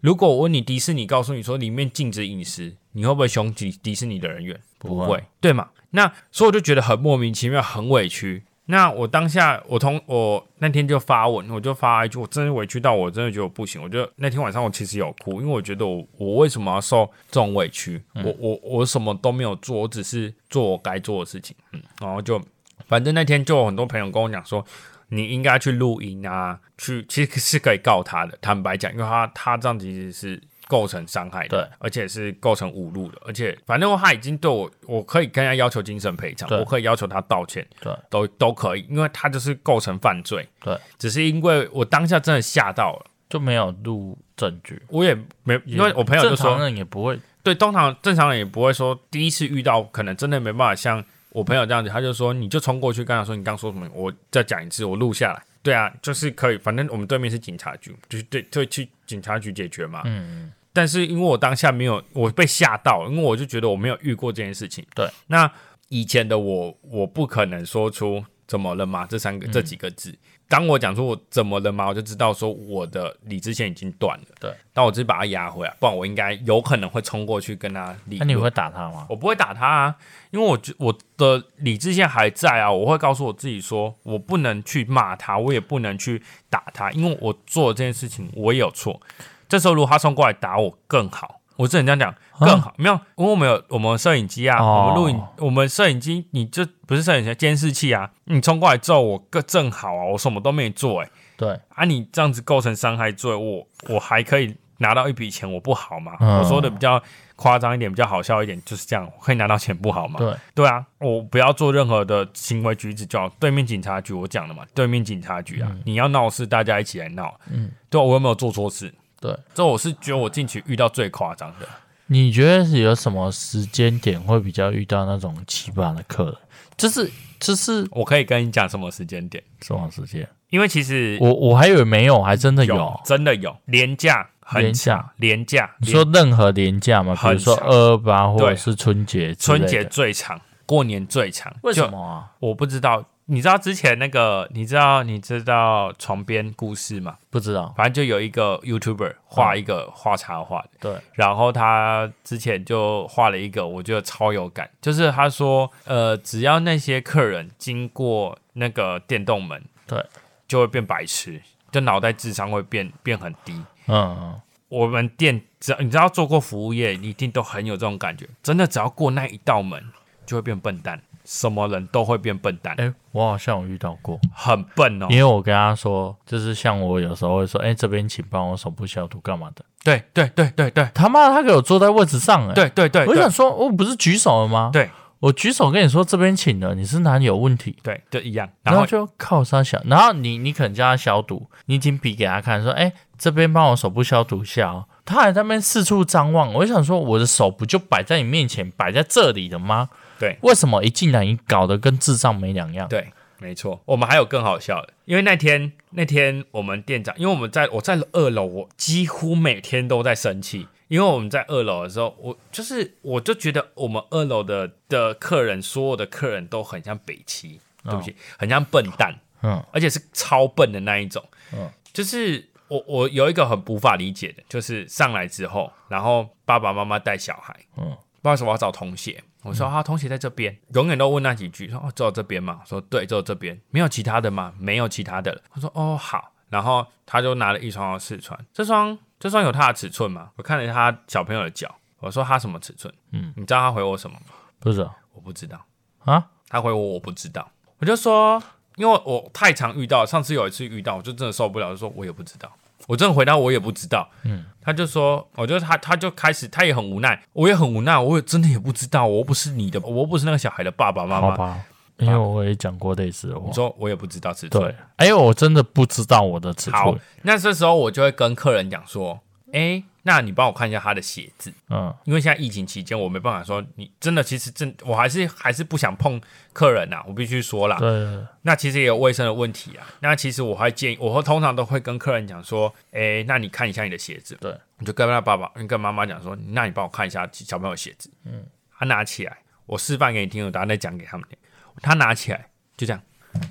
Speaker 2: 如果我问你迪士尼，告诉你说里面禁止饮食，你会不会凶迪迪士尼的人员？
Speaker 1: 不
Speaker 2: 不
Speaker 1: 会啊
Speaker 2: 会，对嘛？那所以我就觉得很莫名其妙，很委屈。那我当下，我同我那天就发文，我就发一句，我真的委屈到我真的觉得我不行。我觉得那天晚上我其实有哭，因为我觉得我我为什么要受这种委屈？我我我什么都没有做，我只是做我该做的事情。嗯，然后就反正那天就有很多朋友跟我讲说，你应该去录音啊，去其实是可以告他的。坦白讲，因为他他这样其实是构成伤害的，
Speaker 1: 对，
Speaker 2: 而且是构成侮辱的，而且反正他已经对我，我可以跟他要求精神赔偿，
Speaker 1: 对
Speaker 2: 我可以要求他道歉，
Speaker 1: 对，
Speaker 2: 都都可以，因为他就是构成犯罪，
Speaker 1: 对，
Speaker 2: 只是因为我当下真的吓到了，
Speaker 1: 就没有录证据，
Speaker 2: 我也没，因为我朋友就
Speaker 1: 正
Speaker 2: 说
Speaker 1: 常人也不会，
Speaker 2: 对，通常正常人也不会说第一次遇到，可能真的没办法像我朋友这样子，他就说你就冲过去跟他说你刚说什么，我再讲一次，我录下来。对啊，就是可以，反正我们对面是警察局，就是对对去警察局解决嘛。
Speaker 1: 嗯，
Speaker 2: 但是因为我当下没有，我被吓到，因为我就觉得我没有遇过这件事情。
Speaker 1: 对，
Speaker 2: 那以前的我，我不可能说出“怎么了吗”这
Speaker 1: 嗯
Speaker 2: 三个、这几个字。当我讲出我怎么了吗，我就知道说我的理智线已经断了。
Speaker 1: 对，
Speaker 2: 但我只是把它压回来，不然我应该有可能会冲过去跟他理
Speaker 1: 那
Speaker 2: 论。
Speaker 1: 你会打他吗？
Speaker 2: 我不会打他啊，因为我觉我的理智线还在啊，我会告诉我自己说，我不能去骂他，我也不能去打他，因为我做这件事情我也有错。这时候如果他冲过来打我更好，我只能这样讲更好，没有，因为我们有我们摄影机啊，
Speaker 1: 哦
Speaker 2: 我们录影，我们摄影机，你这不是摄影机，监视器啊，你冲过来揍我更正好啊，我什么都没做、欸，
Speaker 1: 对，
Speaker 2: 啊，你这样子构成伤害罪，我我还可以拿到一笔钱，我不好吗？
Speaker 1: 嗯
Speaker 2: 我说的比较夸张一点，比较好笑一点，就是这样，我可以拿到钱不好吗？
Speaker 1: 对，
Speaker 2: 对啊，我不要做任何的行为举止，就好。对面警察局我讲了嘛，对面警察局啊，你要闹事，大家一起来闹。
Speaker 1: 嗯，
Speaker 2: 对、啊，我有没有做错事？
Speaker 1: 对，
Speaker 2: 这我是觉得我进去遇到最夸张的。
Speaker 1: 你觉得是有什么时间点会比较遇到那种奇葩的客人？就是就是
Speaker 2: 我可以跟你讲什么时间点，
Speaker 1: 什么时间？
Speaker 2: 因为其实
Speaker 1: 我我还以为没有，还真的有。
Speaker 2: 真的有廉价，很
Speaker 1: 廉价
Speaker 2: 廉价，
Speaker 1: 你说任何年假嘛，比
Speaker 2: 很
Speaker 1: 如说
Speaker 2: 长
Speaker 1: 二二八或
Speaker 2: 对
Speaker 1: 者是春节之类
Speaker 2: 春
Speaker 1: 的，
Speaker 2: 节最长，过年最长，
Speaker 1: 为
Speaker 2: 就
Speaker 1: 什么啊？
Speaker 2: 我不知道，你知道之前那个，你知道你知道床边故事吗？
Speaker 1: 不知道。
Speaker 2: 反正就有一个 YouTuber 画一个画插画的，
Speaker 1: 对，
Speaker 2: 然后他之前就画了一个，我觉得超有感，就是他说，呃，只要那些客人经过那个电动门，
Speaker 1: 对，
Speaker 2: 就会变白痴，就脑袋智商会变变很低。
Speaker 1: 嗯，
Speaker 2: 我们店只要你知道做过服务业，你一定都很有这种感觉，真的只要过那一道门，就会变笨蛋，什么人都会变笨蛋，
Speaker 1: 哎、我好像有遇到过，
Speaker 2: 很笨哦。
Speaker 1: 因为我跟他说，就是像我有时候会说，哎、这边请帮我手部消毒干嘛的，
Speaker 2: 对对对对对
Speaker 1: 他妈的他给我坐在位置上、哎，
Speaker 2: 对对对，
Speaker 1: 我
Speaker 2: 对
Speaker 1: 想说，我不是举手了吗？
Speaker 2: 对
Speaker 1: 我举手跟你说这边请了，你是哪里有问题？
Speaker 2: 对就一样，
Speaker 1: 然
Speaker 2: 然后
Speaker 1: 后就靠他小，然后你你可能叫他消毒，你已经比给他看说，哎，这边帮我手部消毒一下哦。他还在那边四处张望，我就想说，我的手不就摆在你面前，摆在这里的吗？
Speaker 2: 对
Speaker 1: 为什么一进来你搞得跟智障没两样？
Speaker 2: 对，没错。我们还有更好笑的，因为那天那天我们店长，因为我们在我在二楼，我几乎每天都在生气，因为我们在二楼的时候，我就是我就觉得我们二楼的的客人，所有的客人都很像北齐，对不起，很像笨蛋，
Speaker 1: 嗯
Speaker 2: 而且是超笨的那一种。
Speaker 1: 嗯
Speaker 2: 就是我我有一个很无法理解的，就是上来之后，然后爸爸妈妈带小孩，
Speaker 1: 嗯，
Speaker 2: 不好意思，我要找童鞋。我说啊，童鞋在这边，永远都问那几句，说哦，只有这边嘛。我说对，只有这边，没有其他的吗？没有其他的了。我说哦，好。然后他就拿了一双要试穿，这双这双有他的尺寸吗？我看了他小朋友的脚，我说他什么尺寸？
Speaker 1: 嗯，
Speaker 2: 你知道他回我什么吗？
Speaker 1: 不是啊
Speaker 2: 我不知道。
Speaker 1: 啊，
Speaker 2: 他回我我不知道，我就说，因为我太常遇到，上次有一次遇到，我就真的受不了，就说我也不知道，我真的回答我也不知道，嗯，他就说，我就他他就开始，他也很无奈，我也很无奈，我也真的也不知道，我又不是你的，我又不是那个小孩的爸爸妈
Speaker 1: 好
Speaker 2: 妈，
Speaker 1: 吧，因为我也讲过类似的话
Speaker 2: 我。说我也不知道尺寸，
Speaker 1: 对，哎，我真的不知道我的尺
Speaker 2: 好
Speaker 1: 寸。，
Speaker 2: 那这时候我就会跟客人讲说，诶，那你帮我看一下他的鞋子，
Speaker 1: 嗯，
Speaker 2: 因为现在疫情期间，我没办法说你真的，其实真我还是还是不想碰客人啊呐、我必须说啦，
Speaker 1: 对对，对
Speaker 2: 那其实也有卫生的问题啊。那其实我会建议，我会通常都会跟客人讲说，诶，那你看一下你的鞋子，
Speaker 1: 对，
Speaker 2: 你就跟他爸爸、你跟妈妈讲说，那你帮我看一下小朋友的鞋子，嗯，他拿起来，我示范给你听，我等下再讲给他们听。他拿起来就这样，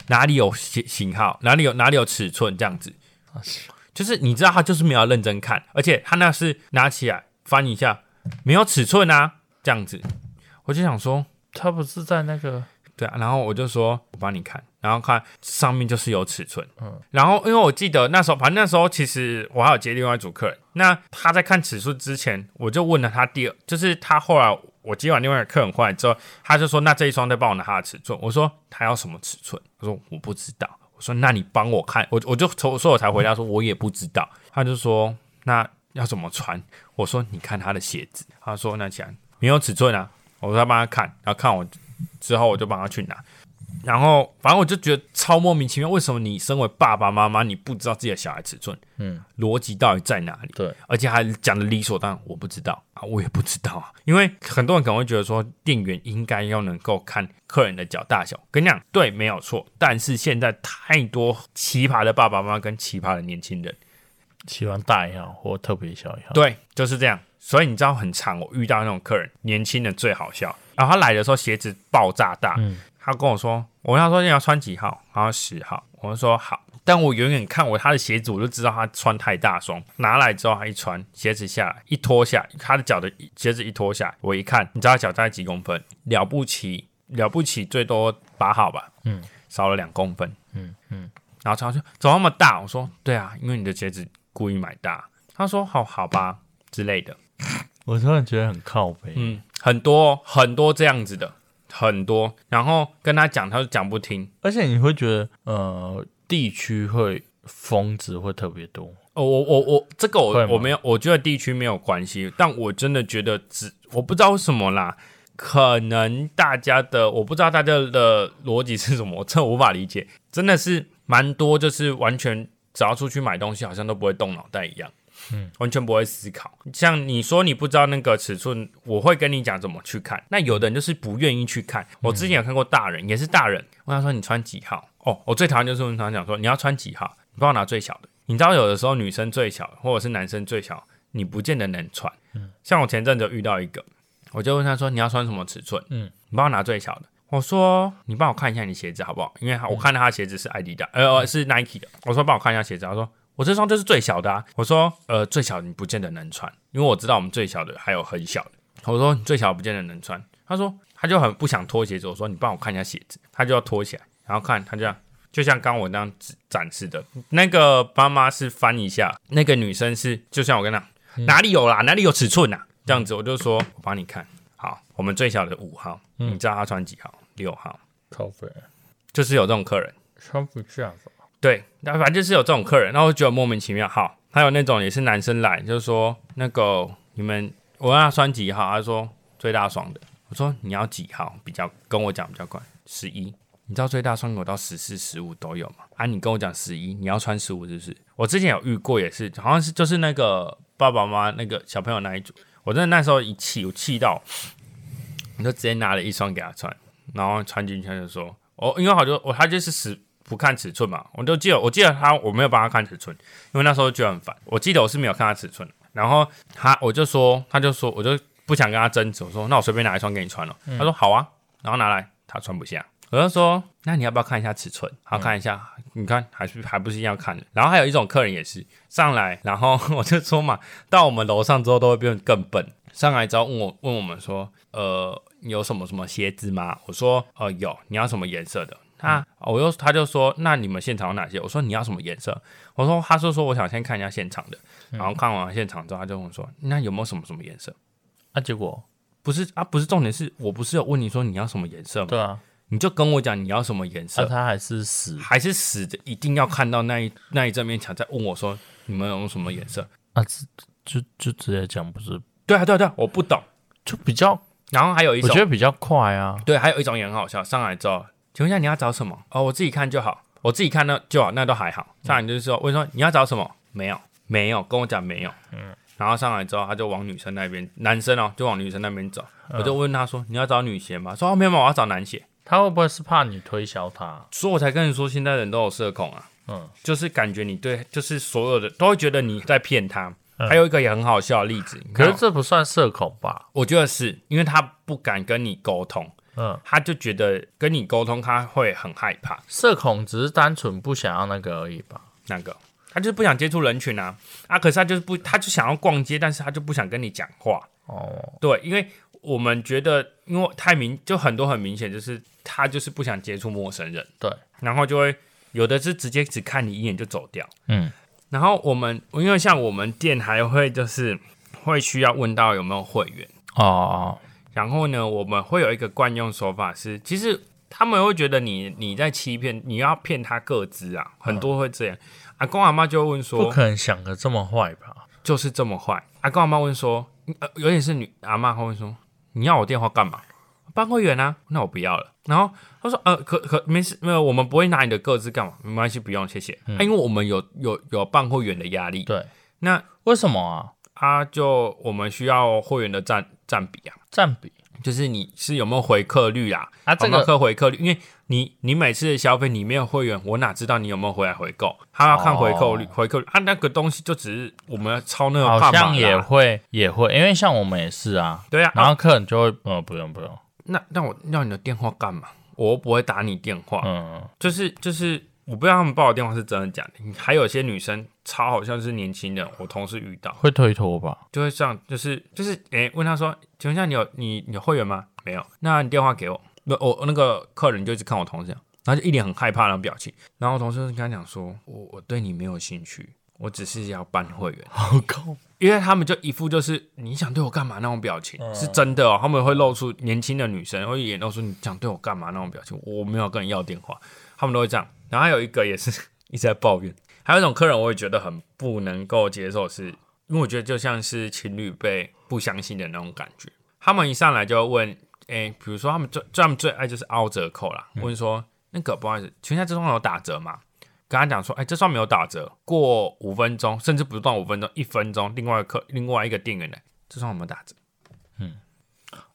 Speaker 2: 哪里有型型号，哪里有哪里有尺寸这样子，啊就是你知道他就是没有认真看，而且他那是拿起来翻一下，没有尺寸啊，这样子，我就想说，
Speaker 1: 他不是在那个
Speaker 2: 对啊，然后我就说，我帮你看，然后看上面就是有尺寸，嗯，然后因为我记得那时候，反正那时候其实我还有接另外一组客人，那他在看尺寸之前，我就问了他第二，就是他后来我接完另外一个客人回来之后，他就说那这一双再帮我拿他的尺寸，我说他要什么尺寸，他说我不知道，我说那你帮我看，我我就从所以我才回答说我也不知道，他就说那要怎么穿，我说你看他的鞋子，他说那既然没有尺寸啊，我说他帮他看，然后看我之后我就帮他去拿。然后反正我就觉得超莫名其妙，为什么你身为爸爸妈妈，你不知道自己的小孩尺寸？
Speaker 1: 嗯，
Speaker 2: 逻辑到底在哪里？
Speaker 1: 对，
Speaker 2: 而且还讲的理所当然，我不知道啊，我也不知道啊，因为很多人可能会觉得说，店员应该要能够看客人的脚大小。跟你讲，对，没有错，但是现在太多奇葩的爸爸妈妈跟奇葩的年轻人，
Speaker 1: 喜欢大一号或特别小一号。
Speaker 2: 对，就是这样。所以你知道很长，我遇到那种客人，年轻人最好笑。然后他来的时候鞋子爆炸大，
Speaker 1: 嗯
Speaker 2: 他跟我说，我问他说你要穿几号，然后十号，我就说好。但我远远看我他的鞋子，我就知道他穿太大双。拿来之后，他一穿鞋子下来，一脱下，他的脚的鞋子一脱下来，我一看，你知道他脚大概几公分？了不起，了不起，最多八号吧，
Speaker 1: 嗯，
Speaker 2: 少了两公分。
Speaker 1: 嗯嗯，
Speaker 2: 然后他说怎么那么大？我说对啊，因为你的鞋子故意买大。他说好好吧之类的，
Speaker 1: 我突然觉得很靠背。
Speaker 2: 嗯，很多很多这样子的，很多。然后跟他讲，他就讲不听。
Speaker 1: 而且你会觉得，呃，地区会峰值会特别多。
Speaker 2: 哦，我我我这个
Speaker 1: 会
Speaker 2: 我
Speaker 1: 吗
Speaker 2: 我没有，我觉得地区没有关系，但我真的觉得只我不知道为什么啦，可能大家的我不知道大家的逻辑是什么，我 真的无法理解，真的是蛮多，就是完全只要出去买东西，好像都不会动脑袋一样。嗯，完全不会思考。像你说你不知道那个尺寸，我会跟你讲怎么去看。那有的人就是不愿意去看。我之前有看过大人，也是大人，问他说你穿几号？哦，我最讨厌就是问他讲说你要穿几号，你帮我拿最小的。你知道有的时候女生最小或者是男生最小，你不见得能穿。像我前阵子有遇到一个，我就问他说你要穿什么尺寸？
Speaker 1: 嗯
Speaker 2: 嗯，你帮我拿最小的。我说哦你帮我看一下你鞋子好不好？因为他我看到他的鞋子是 i d 的，呃，是 Nike 的。我说帮我看一下鞋子，他说我这双就是最小的啊。我说呃，最小的你不见得能穿，因为我知道我们最小的还有很小的。我说你最小的不见得能穿。他说他就很不想脱鞋子。我说你帮我看一下鞋子，他就要脱起来，然后看他这样。就像刚我那样指展示的，那个妈妈是翻一下，那个女生是就像我跟她哪里有啦，哪里有尺寸呐、啊这样子我就说，我帮你看好，我们最小的五号，你知道她穿几号？六号，
Speaker 1: 靠背
Speaker 2: 就是有这种客人，
Speaker 1: 穿不下吧？
Speaker 2: 对，那反正就是有这种客人，那我就觉得莫名其妙。好，还有那种也是男生来，就是说那个你们我问他穿几号，他说最大双的，我说你要几号比较跟我讲比较快，十一。你知道最大双有到十四、十五都有吗？啊，你跟我讲十一，你要穿十五是不是？我之前有遇过，也是，好像是就是那个爸爸妈妈那个小朋友那一组，我真的那时候一气，我气到，我就直接拿了一双给他穿，然后穿进去他就说，哦，因为好就我他就是十不看尺寸嘛，我就记得我记得他我没有帮他看尺寸，因为那时候觉得很烦。我记得我是没有看他尺寸的，然后他我就说他就说我就不想跟他争执，我说那我随便拿一双给你穿了、他说好啊，然后拿来他穿不下，我就说那你要不要看一下尺寸？好看一下，你看还是还不是一样看的。然后还有一种客人也是上来，然后 我就说嘛，到我们楼上之后都会变得更笨，上来之后问我问我们说，呃，你有什么什么鞋子吗？我说呃有，你要什么颜色的？那我又他就说，那你们现场有哪些？我说你要什么颜色？我说他说说我想先看一下现场的，然后看完现场之后，他就问我说，那有没有什么什么颜色？
Speaker 1: 啊，结果
Speaker 2: 不是啊，不是重点是我不是有问你说你要什么颜色吗？
Speaker 1: 对啊，
Speaker 2: 你就跟我讲你要什么颜
Speaker 1: 那、
Speaker 2: 色，
Speaker 1: 他还是啊死
Speaker 2: 还是死的一定要看到那一那一正面墙再问我说你们有什么颜色？
Speaker 1: 啊，直就就直接讲不是，
Speaker 2: 对啊对啊对啊，我不懂。
Speaker 1: 就比较
Speaker 2: 然后还有一
Speaker 1: 我
Speaker 2: 种
Speaker 1: 觉得比较快啊。
Speaker 2: 对，还有一种也很好笑，上来之后，请问一下你要找什么？哦，我自己看就好，我自己看那就好，那都还好。
Speaker 1: 嗯
Speaker 2: 上来就是说，我说你要找什么？没有，没有，跟我讲没有。嗯。然后上来之后，他就往女生那边，男生哦，就往女生那边走。
Speaker 1: 嗯
Speaker 2: 我就问他说：“你要找女鞋吗？”说：“哦，没有，没有我要找男鞋。
Speaker 1: 他会不会是怕你推销他”？
Speaker 2: 所以我才跟你说，现在人都有社恐啊。
Speaker 1: 嗯，
Speaker 2: 就是感觉你对，就是所有的都会觉得你在骗他。还有一个也很好笑的例子，你
Speaker 1: 嗯可
Speaker 2: 看
Speaker 1: 是
Speaker 2: 哦
Speaker 1: 这不算社恐吧？
Speaker 2: 我觉得是因为他不敢跟你沟通，
Speaker 1: 嗯，
Speaker 2: 他就觉得跟你沟通他会很害怕。
Speaker 1: 社恐只是单纯不想要那个而已吧？
Speaker 2: 那个，他就是不想接触人群啊啊！可是他就是不，他就想要逛街，但是他就不想跟你讲话。
Speaker 1: 哦，
Speaker 2: 对，因为我们觉得，因为太明，就很多很明显，就是他就是不想接触陌生人，
Speaker 1: 对，
Speaker 2: 然后就会有的是直接只看你一眼就走掉。
Speaker 1: 嗯，
Speaker 2: 然后我们因为像我们店还会就是会需要问到有没有会员，
Speaker 1: 哦，
Speaker 2: 然后呢，我们会有一个惯用手法是，其实他们会觉得你你在欺骗，你要骗他个资啊，很多会这样。阿公阿妈就会问说，
Speaker 1: 不可能想的这么坏吧？
Speaker 2: 就是这么坏。阿公阿妈问说，呃，尤其是女阿妈会问说，你要我电话干嘛？办会员啊，那我不要了。然后他说：“呃，可可没事，没有，我们不会拿你的个资干嘛，没关系，不用，谢谢。
Speaker 1: 嗯
Speaker 2: 啊因为我们有有有办会员的压力，
Speaker 1: 对，
Speaker 2: 那
Speaker 1: 为什么啊？
Speaker 2: 啊就我们需要会员的占占比啊，
Speaker 1: 占比
Speaker 2: 就是你是有没有回客率啦，
Speaker 1: 啊，这
Speaker 2: 广告
Speaker 1: 个
Speaker 2: 客回客率，因为你你每次的消费你没有会员，我哪知道你有没有回来回购？他要看回购率、回购率啊，那个东西就只是我们要抄那个
Speaker 1: 哦好
Speaker 2: 帕玛
Speaker 1: 像
Speaker 2: 啦
Speaker 1: 也会也会，因为像我们也是啊，
Speaker 2: 对啊。
Speaker 1: 然
Speaker 2: 啊
Speaker 1: 后客人就会呃不用不用，
Speaker 2: 那那我要你的电话干嘛？我又不会打你电话，
Speaker 1: 嗯，
Speaker 2: 就是就是我不知道他们报的电话是真的假的。还有些女生超好像是年轻人，我同事遇到
Speaker 1: 会推脱吧？
Speaker 2: 就会这样，就是就是诶、问他说，请问一下你有你你有会员吗？没有，那你电话给我。那我那个客人就一直看我同事这样，然后就一脸很害怕的表情。然后我同事就跟他讲说，我我对你没有兴趣，我只是要办会员。
Speaker 1: 好高，
Speaker 2: 因为他们就一副就是你想对我干嘛那种表情，是真的哦。他们会露出年轻的女生会也露出你想对我干嘛那种表情，我没有跟你要电话，他们都会这样。然后还有一个也是 一直在抱怨，还有一种客人我也觉得很不能够接受是，因为我觉得就像是情侣被不相信的那种感觉。他们一上来就会问，诶、比如说他们最最他们最爱就是凹折扣啦，问说那个不好意思，全家这双有打折吗？跟他讲说，哎、这双没有打折，过五分钟，甚至不到五分钟，一分钟，另外一客另外一个店员来，这双有没有打折？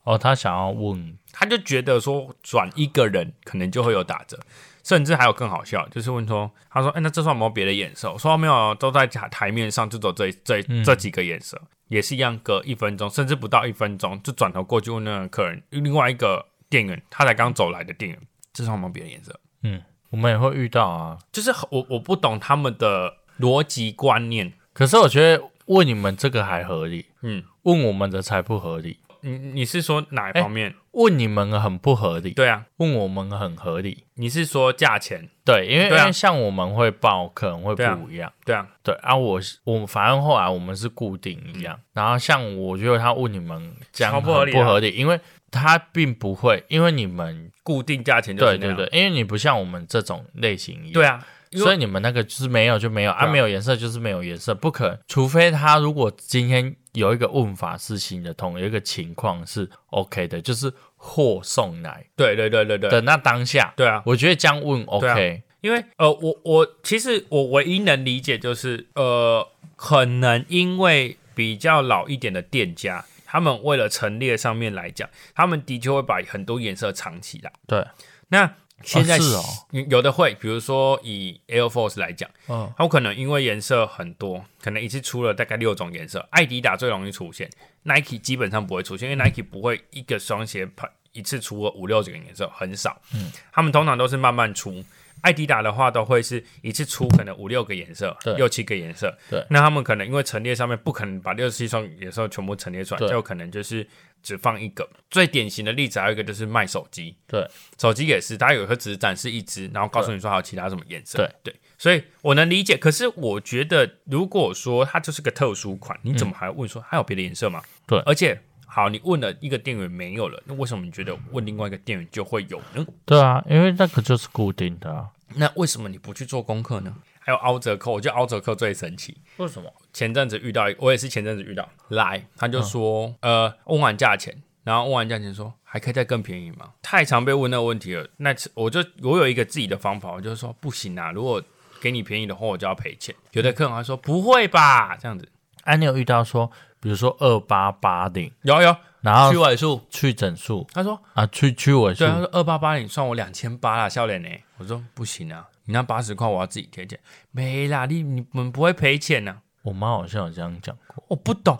Speaker 1: 哦，他想要问，
Speaker 2: 他就觉得说转一个人可能就会有打折，甚至还有更好笑，就是问说，他说，哎、那这双有没有别的眼色？我说没有，啊都在台台面上，就走这这这几个眼色，也是一样，隔一分钟，甚至不到一分钟，就转头过去问那个客人，另外一个店员，他才刚走来的店员，这双有没有别的颜色？
Speaker 1: 嗯，我们也会遇到啊。
Speaker 2: 就是我我不懂他们的逻辑观念。
Speaker 1: 可是我觉得问你们这个还合理，
Speaker 2: 嗯，
Speaker 1: 问我们的才不合理，
Speaker 2: 你你是说哪一
Speaker 1: 哎
Speaker 2: 方面？
Speaker 1: 问你们很不合理，
Speaker 2: 对啊，
Speaker 1: 问我们很合理。
Speaker 2: 你是说价钱？
Speaker 1: 对，因为、
Speaker 2: 对啊
Speaker 1: 因为像我们会报，可能会
Speaker 2: 对啊
Speaker 1: 不一样。
Speaker 2: 对啊，嗯
Speaker 1: 对啊，我是我反正后来我们是固定一样，然后像我觉得他问你们这样
Speaker 2: 超
Speaker 1: 很
Speaker 2: 不合理啊
Speaker 1: 不合理，因为他并不会，因为你们
Speaker 2: 固定价钱就是
Speaker 1: 对
Speaker 2: 那
Speaker 1: 对
Speaker 2: 样
Speaker 1: 对，因为你不像我们这种类型一样，
Speaker 2: 对啊，因为
Speaker 1: 所以你们那个就是没有就没有啊，
Speaker 2: 对啊
Speaker 1: 没有颜色就是没有颜色，不可能，除非他如果今天有一个问法是行得通，有一个情况是 OK 的，就是货送来
Speaker 2: 对对对对
Speaker 1: 的
Speaker 2: 对
Speaker 1: 那当下，
Speaker 2: 对啊，
Speaker 1: 我觉得这样问
Speaker 2: 对啊
Speaker 1: OK，
Speaker 2: 因为呃，我我其实我唯一能理解就是呃，可能因为比较老一点的店家，他们为了陈列上面来讲，他们的确会把很多颜色藏起来。
Speaker 1: 对，
Speaker 2: 那现在、
Speaker 1: 是哦
Speaker 2: 有的会，比如说以 Air Force 来讲，
Speaker 1: 嗯，
Speaker 2: 它可能因为颜色很多，可能一次出了大概六种颜色。艾迪达最容易出现，Nike 基本上不会出现，因
Speaker 1: 嗯
Speaker 2: 为 Nike 不会一个双鞋牌一次出了五六种颜色，很少。嗯，他们通常都是慢慢出。艾迪达的话，都会是一次出可能五六个颜色
Speaker 1: 对，
Speaker 2: 六七个颜色。
Speaker 1: 对
Speaker 2: 那他们可能因为陈列上面不可能把六十七双颜色全部陈列出来，
Speaker 1: 对
Speaker 2: 就可能就是只放一个。最典型的例子还有一个就是卖手机，
Speaker 1: 对，
Speaker 2: 手机也是，它有时候只是展示一只，然后告诉你说还有其他什么颜色。
Speaker 1: 对
Speaker 2: 对，所以我能理解。可是我觉得，如果说它就是个特殊款，你怎么还问说还有别的颜色吗？
Speaker 1: 对
Speaker 2: 而且好，你问了一个店员没有了，那为什么你觉得问另外一个店员就会有呢？
Speaker 1: 对啊，因为那个就是固定的啊。
Speaker 2: 那为什么你不去做功课呢？还有凹折扣，我觉得凹折扣最神奇。
Speaker 1: 为什么？
Speaker 2: 前阵子遇到一，我也是前阵子遇到，来他就说，呃，问完价钱，然后问完价钱说还可以再更便宜吗？太常被问那个问题了，那次我就我有一个自己的方法，我就说不行啊，如果给你便宜的话，我就要赔钱。有的客人还说不会吧，这样子，
Speaker 1: 啊，你有遇到说，比如说二八八零，
Speaker 2: 有有
Speaker 1: 然后
Speaker 2: 去尾数，
Speaker 1: 去整数
Speaker 2: 啊他说
Speaker 1: 啊，去去尾数
Speaker 2: 对，，他说二八八你算我两千八啦，笑脸呢？我说不行啊，你那八十块我要自己贴钱，没啦，你你们不会赔钱呐、
Speaker 1: 我妈好像有这样讲过，
Speaker 2: 我不懂，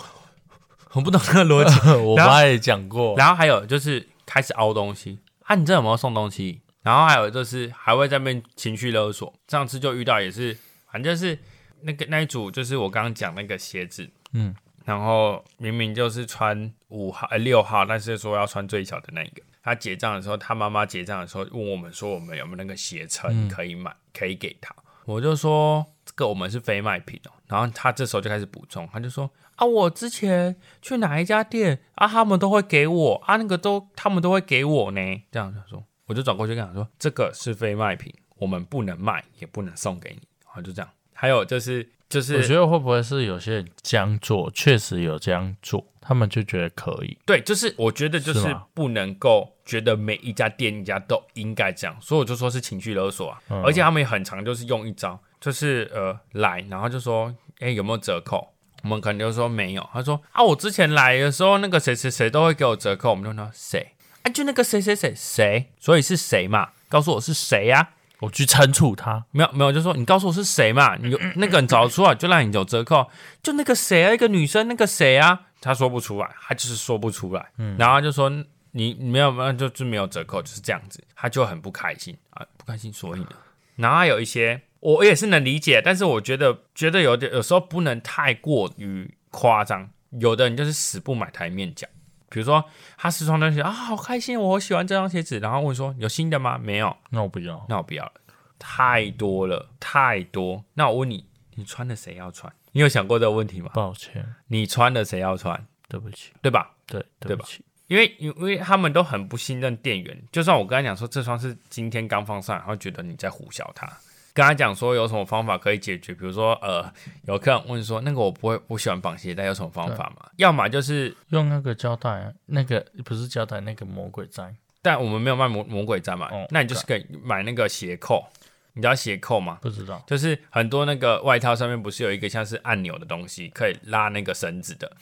Speaker 2: 我不懂那个逻辑。
Speaker 1: 我妈也讲过，
Speaker 2: 然后还有就是开始凹东西啊，你这有没有送东西？然后还有就是还会在那边情绪勒索。上次就遇到也是，反正就是那个那一组就是我刚刚讲那个鞋子，
Speaker 1: 嗯，
Speaker 2: 然后明明就是穿五号、呃六号，但是说要穿最小的那一个。他结账的时候，他妈妈结账的时候问我们说我们有没有那个鞋撑可以买，可以给他。我就说这个我们是非卖品哦。然后他这时候就开始补充，他就说啊，我之前去哪一家店啊，他们都会给我啊，那个都他们都会给我呢。这样他说，我就转过去跟他说，这个是非卖品，我们不能卖，也不能送给你。然后就这样。还有就是就
Speaker 1: 我觉
Speaker 2: 是
Speaker 1: 得会不会是有些人这样做，确实有这样做，他们就觉得可以。
Speaker 2: 对，就是我觉得就是
Speaker 1: 是
Speaker 2: 是
Speaker 1: 吗
Speaker 2: 不能够觉得每一家店一家都应该这样，所以我就说是情绪勒索啊，而且他们也很常就是用一招，就是呃来，然后就说哎、有没有折扣？我们可能就说没有，他说啊我之前来的时候那个谁谁谁都会给我折扣，我们就说谁啊就那个谁谁谁谁，所以是谁嘛？告诉我是谁呀、啊？
Speaker 1: 我去惩处他，
Speaker 2: 没有没有，就说你告诉我是谁嘛，你有那个人找得出来，就让你有折扣。就那个谁啊，一个女生，那个谁啊，他说不出来，他就是说不出来。然后他就说你你没有没有，就是没有折扣，就是这样子，他就很不开心啊，不开心，所以呢，然后还有一些我也是能理解，但是我觉得觉得有点有时候不能太过于夸张，有的人就是死不买台面讲。比如说，他试穿双鞋啊，好开心，我好喜欢这双鞋子。然后问说有新的吗？没有，
Speaker 1: 那我不要。
Speaker 2: 那我不要了，太多了，太多。那我问你，你穿的谁要穿？你有想过这个问题吗？
Speaker 1: 抱歉，
Speaker 2: 你穿的谁要穿，
Speaker 1: 对不起，
Speaker 2: 对吧？
Speaker 1: 对对不起，
Speaker 2: 因为因为他们都很不信任店员，就算我跟他讲说这双是今天刚放上来，他会觉得你在胡笑他。跟他讲说有什么方法可以解决，比如说呃，有客人问说那个我不会不喜欢绑鞋带，有什么方法吗？要么就是，
Speaker 1: 用那个胶带，那个不是胶带，那个魔鬼粘，
Speaker 2: 但我们没有卖魔魔鬼毡嘛，
Speaker 1: 哦
Speaker 2: 那你就是可以买那个鞋扣，你知道鞋扣吗？
Speaker 1: 不知道。
Speaker 2: 就是很多那个外套上面不是有一个像是按钮的东西，可以拉那个绳子的，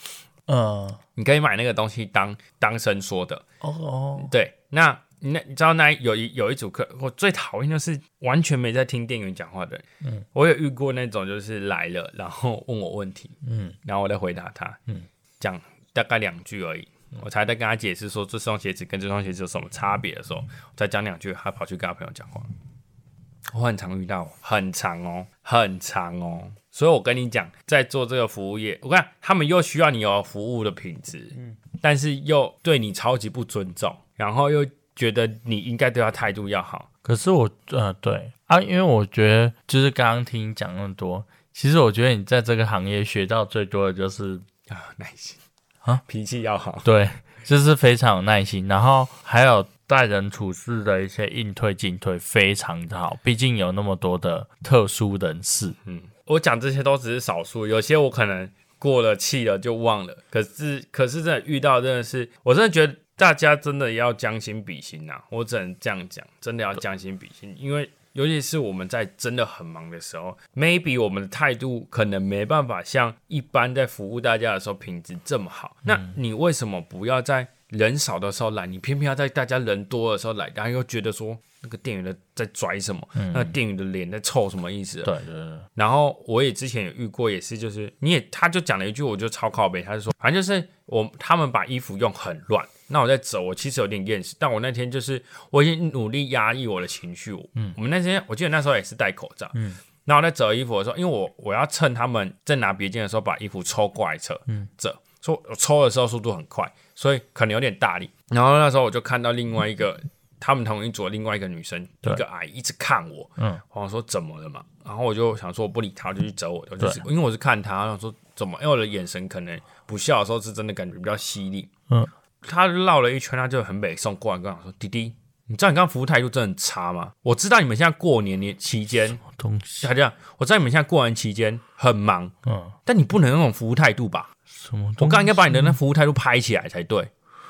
Speaker 1: 呃，
Speaker 2: 你可以买那个东西当当伸缩的。
Speaker 1: 哦哦，
Speaker 2: 对，那那你知道那有一有一组客，我最讨厌就是完全没在听店员讲话的人。嗯，我有遇过那种就是来了，然后问我问题，
Speaker 1: 嗯，
Speaker 2: 然后我再回答他，嗯，讲大概两句而已。我才在跟他解释说这双鞋子跟这双鞋子有什么差别的时候，我再讲两句，他跑去跟他朋友讲话。我很常遇到，很长哦，很长哦。所以我跟你讲，在做这个服务业，我看他们又需要你有服务的品质，但是又对你超级不尊重，然后又觉得你应该对他态度要好。
Speaker 1: 可是我呃对啊，因为我觉得就是刚刚听你讲那么多，其实我觉得你在这个行业学到最多的就是
Speaker 2: 啊，耐心
Speaker 1: 啊，
Speaker 2: 脾气要好。
Speaker 1: 对，就是非常有耐心，然后还有待人处事的一些应退进退非常的好，毕竟有那么多的特殊人士。
Speaker 2: 嗯，我讲这些都只是少数，有些我可能过了气了就忘了。可是，可是真的遇到真的是，我真的觉得大家真的要将心比心呐、我只能这样讲，真的要将心比心，因为。尤其是我们在真的很忙的时候，maybe 我们的态度可能没办法像一般在服务大家的时候品质这么好。那你为什么不要在人少的时候来？你偏偏要在大家人多的时候来，然后又觉得说那个店员的在拽什么，那个店员的脸在臭什么意思啊？
Speaker 1: 对对对，
Speaker 2: 然后我也之前有遇过，也是就是你也他就讲了一句，我就超靠背，他就说反正就是我他们把衣服用很乱。那我在走，我其实有点厌世，但我那天就是我已经努力压抑我的情绪。嗯，我们那天我记得那时候也是戴口罩。嗯，然后我在折衣服的时候，因为我我要趁他们在拿别件的时候把衣服抽过来扯，嗯，折，所以我抽的时候速度很快，所以可能有点大力。然后那时候我就看到另外一个他们同一组的另外一个女生，一个阿姨一直看我，嗯，我想说怎么了嘛，然后我就想说我不理她，我就去折我的，我就是因为我是看她，我想说怎么，因为我的眼神可能不笑的时候是真的感觉比较犀利，
Speaker 1: 嗯，
Speaker 2: 她绕了一圈，她就很北宋过来跟我讲说，弟弟，你知道你刚刚服务态度真的很差吗？我知道你们现在过年年期间，
Speaker 1: 东西
Speaker 2: 她这样，我知道你们现在过年期间很忙，
Speaker 1: 嗯，
Speaker 2: 但你不能有那种服务态度吧？
Speaker 1: 什么
Speaker 2: 我
Speaker 1: 东西？
Speaker 2: 刚应该把你的那服务态度拍起来才对。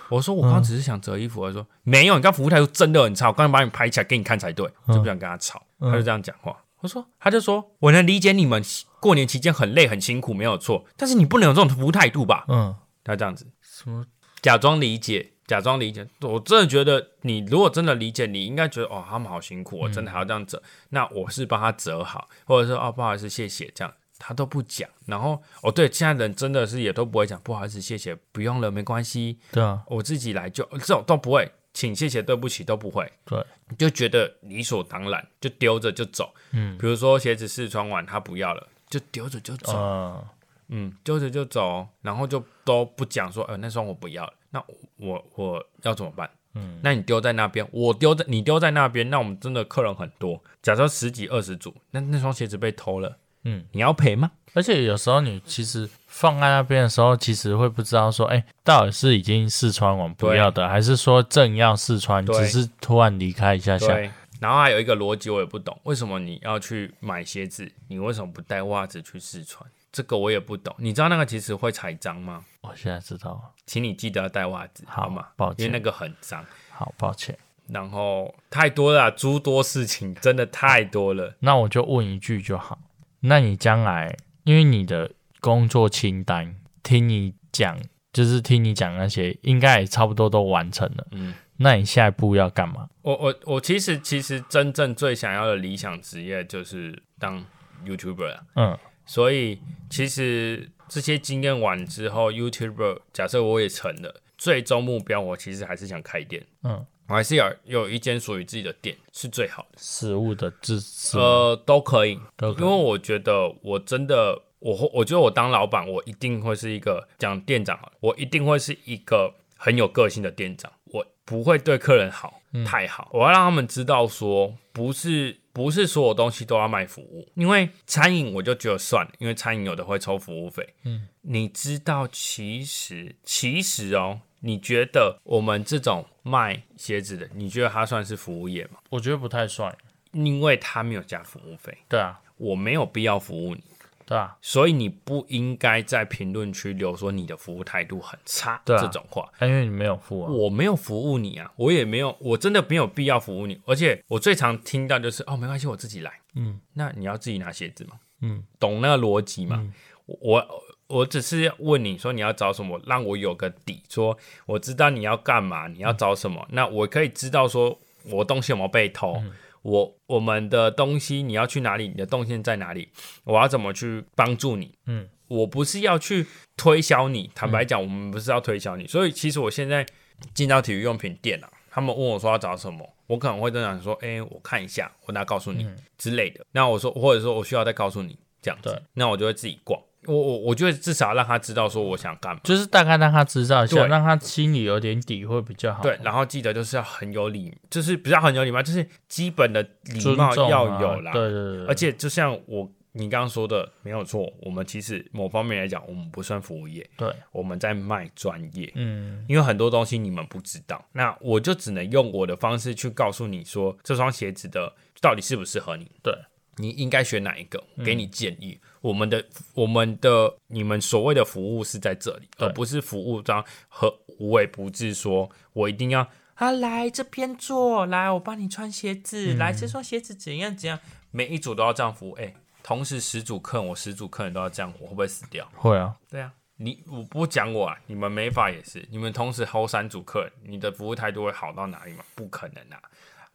Speaker 2: 我说我刚刚只是想折衣服，他说没有，你刚服务态度真的很差，我刚刚把你拍起来给你看才对，就不想跟他吵，他就这样讲话。我说，他就说我能理解你们过年期间很累很辛苦没有错，但是你不能有这种服务态度吧？
Speaker 1: 嗯
Speaker 2: 他这样子
Speaker 1: 什么
Speaker 2: 假装理解，假装理解，我真的觉得你如果真的理解，你应该觉得哦他们好辛苦，
Speaker 1: 嗯
Speaker 2: 我真的还要这样折，那我是帮他折好，或者说哦不好意思谢谢这样。他都不讲，然后哦，对，现在人真的是也都不会讲，不好意思，谢谢，不用了，没关系，
Speaker 1: 对啊，
Speaker 2: 我自己来就这种都不会，请谢谢对不起都不会，
Speaker 1: 对，
Speaker 2: 就觉得理所当然，就丢着就走。嗯，比如说鞋子试穿完他不要了，就丢着就走，
Speaker 1: 嗯。
Speaker 2: 嗯，丢着就走，然后就都不讲说，呃，那双我不要了，那我我要怎么办？嗯，那你丢在那边，我丢在你丢在那边，那我们真的客人很多，假设十几二十组，那那双鞋子被偷了，
Speaker 1: 嗯，
Speaker 2: 你要赔吗？
Speaker 1: 而且有时候你其实放在那边的时候，其实会不知道说，哎、到底是已经试穿完不要的，还是说正要试穿，
Speaker 2: 对
Speaker 1: 只是突然离开一下下，
Speaker 2: 对，啊然后还有一个逻辑我也不懂，为什么你要去买鞋子，你为什么不带袜子去试穿？这个我也不懂。你知道那个其实会踩脏吗？
Speaker 1: 我现在知道了，
Speaker 2: 请你记得要带袜子，
Speaker 1: 好
Speaker 2: 好吗？
Speaker 1: 抱歉
Speaker 2: 因为那个很脏。
Speaker 1: 好抱歉，
Speaker 2: 然后太多了啊，诸多事情真的太多了。
Speaker 1: 那我就问一句就好。那你将来因为你的工作清单，听你讲，就是听你讲那些，应该也差不多都完成了。
Speaker 2: 嗯，
Speaker 1: 那你下一步要干嘛？
Speaker 2: 我我我其实其实真正最想要的理想职业就是当 YouTuber 啊。
Speaker 1: 嗯，
Speaker 2: 所以其实这些经验完之后，YouTuber 假设我也成了，最终目标我其实还是想开店。
Speaker 1: 嗯，
Speaker 2: 我还是有有一间属于自己的店是最好的。
Speaker 1: 食物的自食
Speaker 2: 呃，都可以，
Speaker 1: 都
Speaker 2: 因为我觉得我真的，我会我觉得我当老板，我一定会是一个讲店长好了，我一定会是一个很有个性的店长，我不会对客人好、太好，我要让他们知道说，不是不是所有东西都要卖服务，因为餐饮我就觉得算了，因为餐饮有的会抽服务费，嗯，你知道其实其实哦。你觉得我们这种卖鞋子的，你觉得它算是服务业吗？
Speaker 1: 我觉得不太算。
Speaker 2: 因为它没有加服务费，
Speaker 1: 对啊，
Speaker 2: 我没有必要服务你。
Speaker 1: 对啊。
Speaker 2: 所以你不应该在评论区留说你的服务态度很差、
Speaker 1: 对啊
Speaker 2: 这种话。
Speaker 1: 因为你没有付啊，
Speaker 2: 我没有服务你啊，我也没有，我真的没有必要服务你。而且我最常听到就是哦，没关系，我自己来。
Speaker 1: 嗯，
Speaker 2: 那你要自己拿鞋子吗？
Speaker 1: 嗯，
Speaker 2: 懂那个逻辑吗？我我我只是问你说你要找什么，让我有个底，说我知道你要干嘛，你要找什
Speaker 1: 嗯
Speaker 2: 么，那我可以知道说我东西有没有被偷。我我们的东西你要去哪里？你的动线在哪里？我要怎么去帮助你？
Speaker 1: 嗯，
Speaker 2: 我不是要去推销你，坦白讲，我们不是要推销你。所以其实我现在进到体育用品店啊，他们问我说要找什么，我可能会跟他说，哎、我看一下，我再告诉你、
Speaker 1: 嗯
Speaker 2: 之类的。那我说，或者说我需要再告诉你这样
Speaker 1: 对
Speaker 2: 子，那我就会自己逛。我我我就会至少让他知道说我想干嘛。
Speaker 1: 就是大概让他知道一下，
Speaker 2: 对
Speaker 1: 让他心里有点底会比较好。
Speaker 2: 对，然后记得就是要很有礼，就是不要很有礼貌，就是基本的礼
Speaker 1: 尊重啊，
Speaker 2: 貌要有啦。
Speaker 1: 对对对，
Speaker 2: 而且就像我你刚刚说的，没有错，我们其实某方面来讲，我们不算服务业，
Speaker 1: 对，
Speaker 2: 我们在卖专业，
Speaker 1: 嗯，
Speaker 2: 因为很多东西你们不知道，那我就只能用我的方式去告诉你说这双鞋子的到底适不适合你，
Speaker 1: 对，嗯
Speaker 2: 你应该选哪一个，给你建议。我们的我们的你们所谓的服务是在这里，
Speaker 1: 对
Speaker 2: 而不是服务章和无微不至说，我一定要啊来这边坐，来我帮你穿鞋子，
Speaker 1: 嗯
Speaker 2: 来这双鞋子怎样怎样，每一组都要这样服务。哎、同时十组客人，我十组客人都要这样，我会不会死掉？
Speaker 1: 会啊，
Speaker 2: 对啊，你我不讲我啊，你们美发也是，你们同时 hold 三组客人，你的服务态度会好到哪里吗？不可能啊，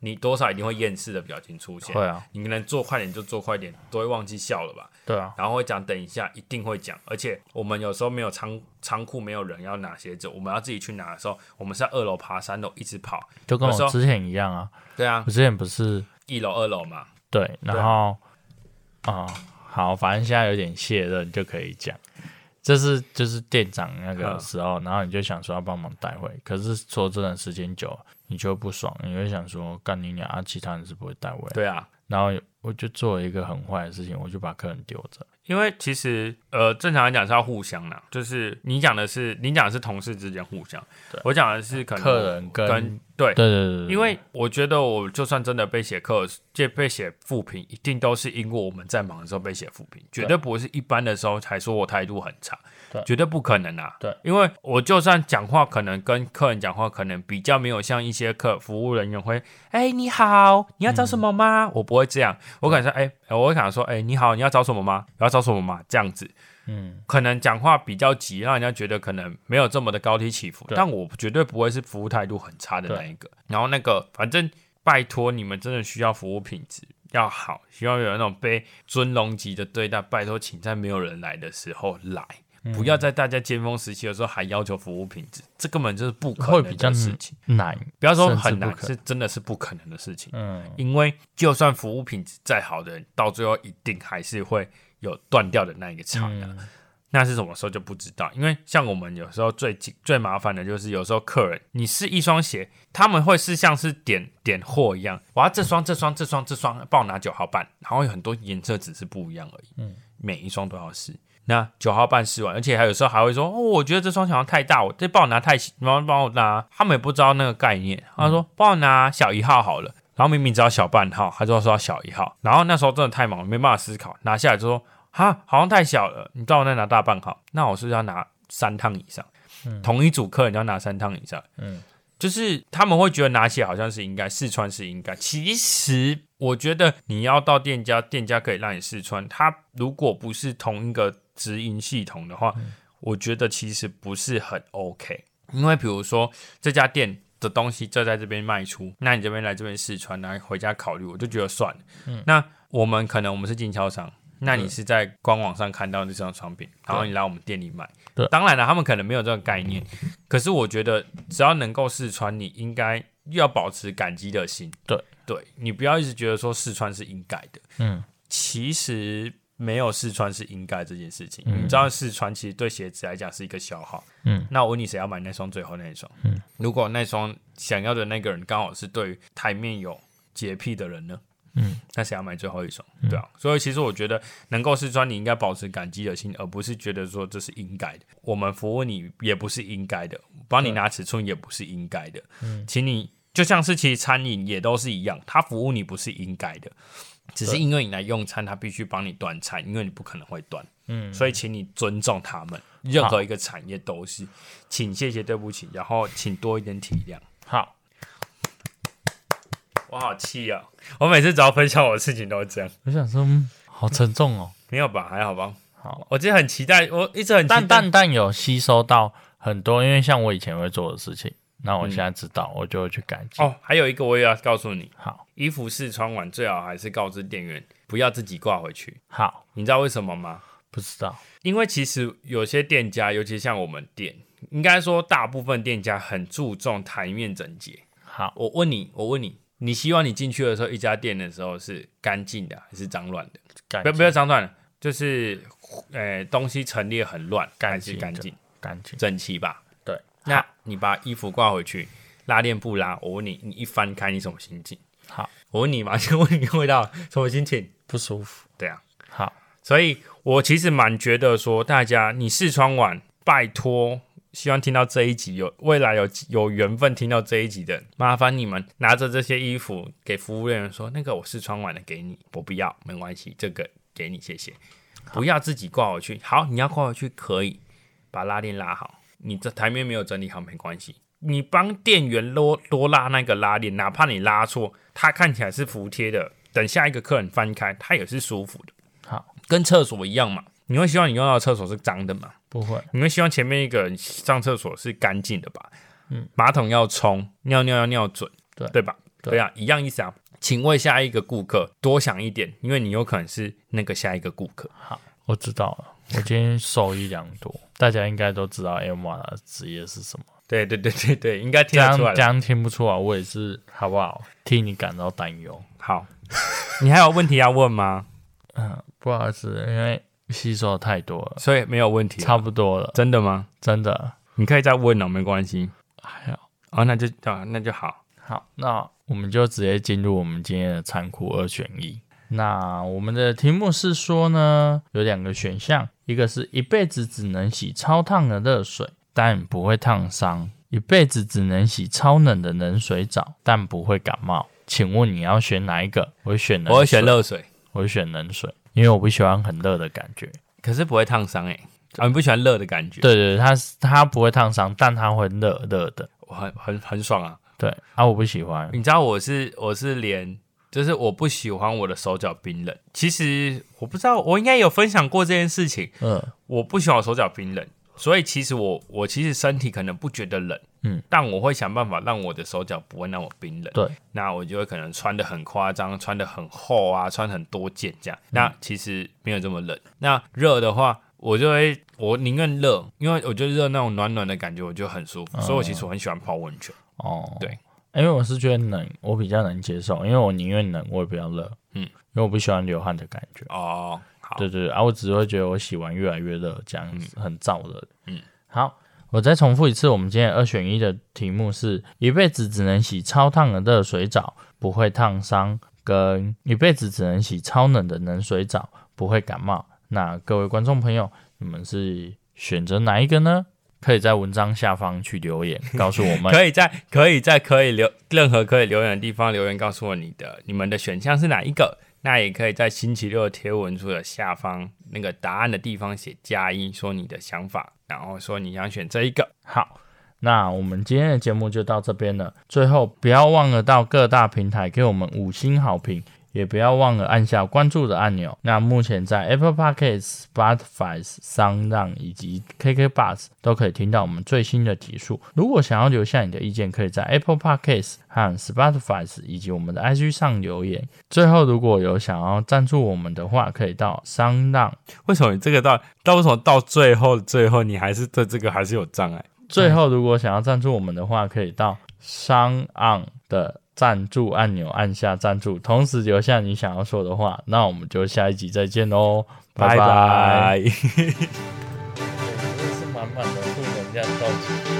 Speaker 2: 你多少一定会厌世的表情出现。
Speaker 1: 会啊，
Speaker 2: 你可能做快点就做快点，都会忘记笑了吧？
Speaker 1: 对啊，
Speaker 2: 然后会讲等一下，一定会讲。而且我们有时候没有仓仓库，没有人要拿鞋子，我们要自己去拿的时候，我们是在二楼爬三楼一直跑。
Speaker 1: 就跟
Speaker 2: 有时
Speaker 1: 我
Speaker 2: 候
Speaker 1: 之前一样啊，
Speaker 2: 对啊
Speaker 1: 我，之前不是
Speaker 2: 一楼二楼嘛。
Speaker 1: 对，然后啊、好，反正现在有点卸任就可以讲。这是就是店长那个
Speaker 2: 嗯
Speaker 1: 时候，然后你就想说要帮忙带回，可是说真的，时间久了你就会不爽，你会想说干你娘啊，其他人是不会带回来。
Speaker 2: 对啊，
Speaker 1: 然后我就做了一个很坏的事情，我就把客人丢着。
Speaker 2: 因为其实呃，正常来讲是要互相啦，就是你讲的是你讲的是同事之间互相，我讲的是可能
Speaker 1: 客人跟
Speaker 2: 跟
Speaker 1: 对
Speaker 2: 对。
Speaker 1: 对对对，
Speaker 2: 因为我觉得，我就算真的被写课，这被写负评，一定都是因为我们在忙的时候被写负评，绝对不是一般的时候才说我态度很差
Speaker 1: 对，
Speaker 2: 绝对不可能啊。
Speaker 1: 对，
Speaker 2: 因为我就算讲话，可能跟客人讲话，可能比较没有像一些客服务人员会，哎、你好，你要找什么
Speaker 1: 嗯
Speaker 2: 吗？我不会这样，我可能说，哎、我会想说，哎、你好，你要找什么吗？你要找什么吗？这样子，
Speaker 1: 嗯，
Speaker 2: 可能讲话比较急，让人家觉得可能没有这么的高低起伏。
Speaker 1: 对
Speaker 2: 但我绝对不会是服务态度很差的那一个。然后那个，反正拜托你们真的需要服务品质要好，需要有那种被尊荣级的对待。拜托，请在没有人来的时候来。
Speaker 1: 嗯
Speaker 2: 不要在大家尖峰时期的时候还要求服务品质，这根本就是不可
Speaker 1: 会比
Speaker 2: 能
Speaker 1: 较
Speaker 2: 的事情。
Speaker 1: 难，
Speaker 2: 不要说
Speaker 1: 甚至
Speaker 2: 很
Speaker 1: 不
Speaker 2: 难，
Speaker 1: 可
Speaker 2: 是真的是不可能的事情。
Speaker 1: 嗯，
Speaker 2: 因为就算服务品质再好的人，到最后一定还是会有断掉的那一个场的。
Speaker 1: 嗯
Speaker 2: 那是什么时候就不知道，因为像我们有时候最紧最麻烦的就是有时候客人你试一双鞋，他们会是像是点点货一样，我要这双这双这双这双，帮我拿九号半，然后有很多颜色只是不一样而已，嗯，每一双都要试。那九号半试完，而且还有时候还会说，哦，我觉得这双好像太大，我这帮我拿太小，帮帮我拿，他们也不知道那个概念。他说帮我拿小一号好了，然后明明只要小半号，他就说要小一号。然后那时候真的太忙，没办法思考，拿下来就说哈，好像太小了，你叫我再拿大半号，那我是不是要拿三趟以上？同一组客人要拿三趟以上，
Speaker 1: 嗯
Speaker 2: 就是他们会觉得拿起来好像是应该试穿是应该，其实我觉得你要到店家，店家可以让你试穿。他如果不是同一个直营系统的话，我觉得其实不是很 OK。因为比如说这家店的东西就在这边卖出，那你这边来这边试穿，然后回家考虑，我就觉得算了。那我们可能我们是经销商，那你是在官网上看到这张商品，然后你来我们店里买。
Speaker 1: 对
Speaker 2: 当然了，他们可能没有这个概念，可是我觉得只要能够试穿，你应该要保持感激的心。
Speaker 1: 对，
Speaker 2: 对你不要一直觉得说试穿是应该的，
Speaker 1: 嗯，
Speaker 2: 其实没有试穿是应该这件事情。你知道试穿其实对鞋子来讲是一个消耗。
Speaker 1: 嗯，
Speaker 2: 那我问你，谁要买那双最后那一双？
Speaker 1: 嗯，
Speaker 2: 如果那双想要的那个人刚好是对于台面有洁癖的人呢？
Speaker 1: 嗯，
Speaker 2: 那谁要买最后一双？对啊，所以其实我觉得能够试穿，你应该保持感激的心，而不是觉得说这是应该的。我们服务你也不是应该的，帮你拿尺寸也不是应该的。嗯，请你就像是其实餐饮也都是一样，他服务你不是应该的，只是因为你来用餐，他必须帮你端菜，因为你不可能会端。
Speaker 1: 嗯，
Speaker 2: 所以请你尊重他们，任何一个产业都是，请谢谢对不起，然后请多一点体谅。
Speaker 1: 好，
Speaker 2: 我好气啊！我每次只要分享我的事情都是这样，
Speaker 1: 我想说，嗯好沉重哦。
Speaker 2: 没有吧？还好吧？
Speaker 1: 好，
Speaker 2: 我真的很期待，我一直很期待
Speaker 1: 但但但有吸收到很多，因为像我以前会做的事情，那我现在知道，我就会去改进。
Speaker 2: 哦，还有一个我也要告诉你，
Speaker 1: 好，
Speaker 2: 衣服试穿完最好还是告知店员不要自己挂回去。
Speaker 1: 好，
Speaker 2: 你知道为什么吗？
Speaker 1: 不知道，
Speaker 2: 因为其实有些店家，尤其像我们店，应该说大部分店家很注重台面整洁。
Speaker 1: 好，
Speaker 2: 我问你，我问你，你希望你进去的时候，一家店的时候是干净的还是脏乱的？
Speaker 1: 改
Speaker 2: 不要不要脏乱的，就是呃东西陈列很乱，还是
Speaker 1: 净
Speaker 2: 干
Speaker 1: 的
Speaker 2: 净
Speaker 1: 干净，
Speaker 2: 整齐吧？
Speaker 1: 对，
Speaker 2: 那你把衣服挂回去，拉链不拉，我问你，你一翻开你什么心情？
Speaker 1: 好，
Speaker 2: 我问你嘛， 先问你味道什么心情？
Speaker 1: 不舒服。
Speaker 2: 对啊，
Speaker 1: 好，
Speaker 2: 所以我其实蛮觉得说，大家你试穿完，拜托，希望听到这一集有未来有有缘分听到这一集的，麻烦你们拿着这些衣服给服务人员说，那个我试穿完了给你，我不要，没关系，这个给你，谢谢，不要自己挂回去。好，你要挂回去可以，把拉链拉好，你这台面没有整理好没关系。你帮店员多多拉那个拉链，哪怕你拉错，它看起来是服帖的，等下一个客人翻开，它也是舒服的。
Speaker 1: 好，
Speaker 2: 跟厕所一样嘛，你会希望你用到的厕所是脏的嘛？
Speaker 1: 不会，
Speaker 2: 你会希望前面一个人上厕所是干净的吧？嗯，马桶要冲，尿尿要尿准，
Speaker 1: 对
Speaker 2: 对吧？
Speaker 1: 对
Speaker 2: 对啊，一样意思啊。请为下一个顾客多想一点，因为你有可能是那个下一个顾客。
Speaker 1: 我知道了。我今天受益良多， 大家应该都知道 M R 的职业是什么。
Speaker 2: 对对对对对，应该
Speaker 1: 这
Speaker 2: 听得
Speaker 1: 样
Speaker 2: 出来
Speaker 1: 这
Speaker 2: 了。
Speaker 1: 样听不出来，我也是，好不好？替你感到担忧。
Speaker 2: 好，你还有问题要问吗？
Speaker 1: 嗯，不好意思，因为吸收太多了，
Speaker 2: 所以没有问题了，啊
Speaker 1: 差不多了，
Speaker 2: 真的吗？
Speaker 1: 真的。
Speaker 2: 你可以再问哦，没关系。
Speaker 1: 还好，
Speaker 2: 哦，那就啊，那就好。
Speaker 1: 好，那我们就直接进入我们今天的残酷二选一。那我们的题目是说呢，有两个选项，一个是一辈子只能洗超烫的热水，但不会烫伤；一辈子只能洗超冷的冷水澡，但不会感冒。请问你要选哪一个？我会选冷水，
Speaker 2: 我会选，热水，
Speaker 1: 我会选冷水，因为我不喜欢很热的感觉。
Speaker 2: 可是不会烫伤哎。啊，你不喜欢热的感觉？，
Speaker 1: 对对，对它是它不会烫伤，但它会热热的。
Speaker 2: 我很很很爽啊。
Speaker 1: 对啊，我不喜欢。
Speaker 2: 你知道我是我是连，就是我不喜欢我的手脚冰冷。其实我不知道，我应该有分享过这件事情。
Speaker 1: 嗯，
Speaker 2: 我不喜欢我手脚冰冷，所以其实我我其实身体可能不觉得冷，
Speaker 1: 嗯，
Speaker 2: 但我会想办法让我的手脚不会让我冰冷。
Speaker 1: 对，
Speaker 2: 那我就会可能穿的很夸张，穿的很厚啊，穿很多件这样。
Speaker 1: 嗯
Speaker 2: 那其实没有这么冷。那热的话，我就会我宁愿热，因为我觉得热那种暖暖的感觉，我就很舒服。所以我其实我很喜欢泡温泉。
Speaker 1: 哦，
Speaker 2: 对，
Speaker 1: 因为我是觉得冷，我比较能接受，因为我宁愿冷，我也不要热，
Speaker 2: 嗯
Speaker 1: 因为我不喜欢流汗的感觉。
Speaker 2: 哦，好，
Speaker 1: 对对对，啊，我只会觉得我洗完越来越热，这样子、很燥热。
Speaker 2: 嗯，
Speaker 1: 好，我再重复一次，我们今天的二选一的题目是一辈子只能洗超烫的热水澡，不会烫伤，跟一辈子只能洗超冷的冷水澡，不会感冒。那各位观众朋友，你们是选择哪一个呢？可以在文章下方去留言，告诉 我们。
Speaker 2: 可以在可以在可以留任何可以留言的地方留言，告诉我你的你们的选项是哪一个。那也可以在星期六的贴文处的下方那个答案的地方写加一，说你的想法，然后说你想选这一个。
Speaker 1: 好，那我们今天的节目就到这边了。最后，不要忘了到各大平台给我们五星好评，也不要忘了按下关注的按钮。那目前在 Apple Podcasts、Spotify、商让以及 KK Bus 都可以听到我们最新的集数。如果想要留下你的意见，可以在 Apple Podcasts 和 Spotify 以及我们的 IG 上留言。最后，如果有想要赞助我们的话，可以到商让。
Speaker 2: 为什么你这个到到为什么到最后最后你还是对这个还是有障碍？
Speaker 1: 最后，如果想要赞助我们的话，可以到商岸的赞助按钮按下赞助，同时留下你想要说的话。那我们就下一集再见喽，拜
Speaker 2: 拜
Speaker 1: 拜。
Speaker 2: 拜。
Speaker 1: 真是满满的负能量到极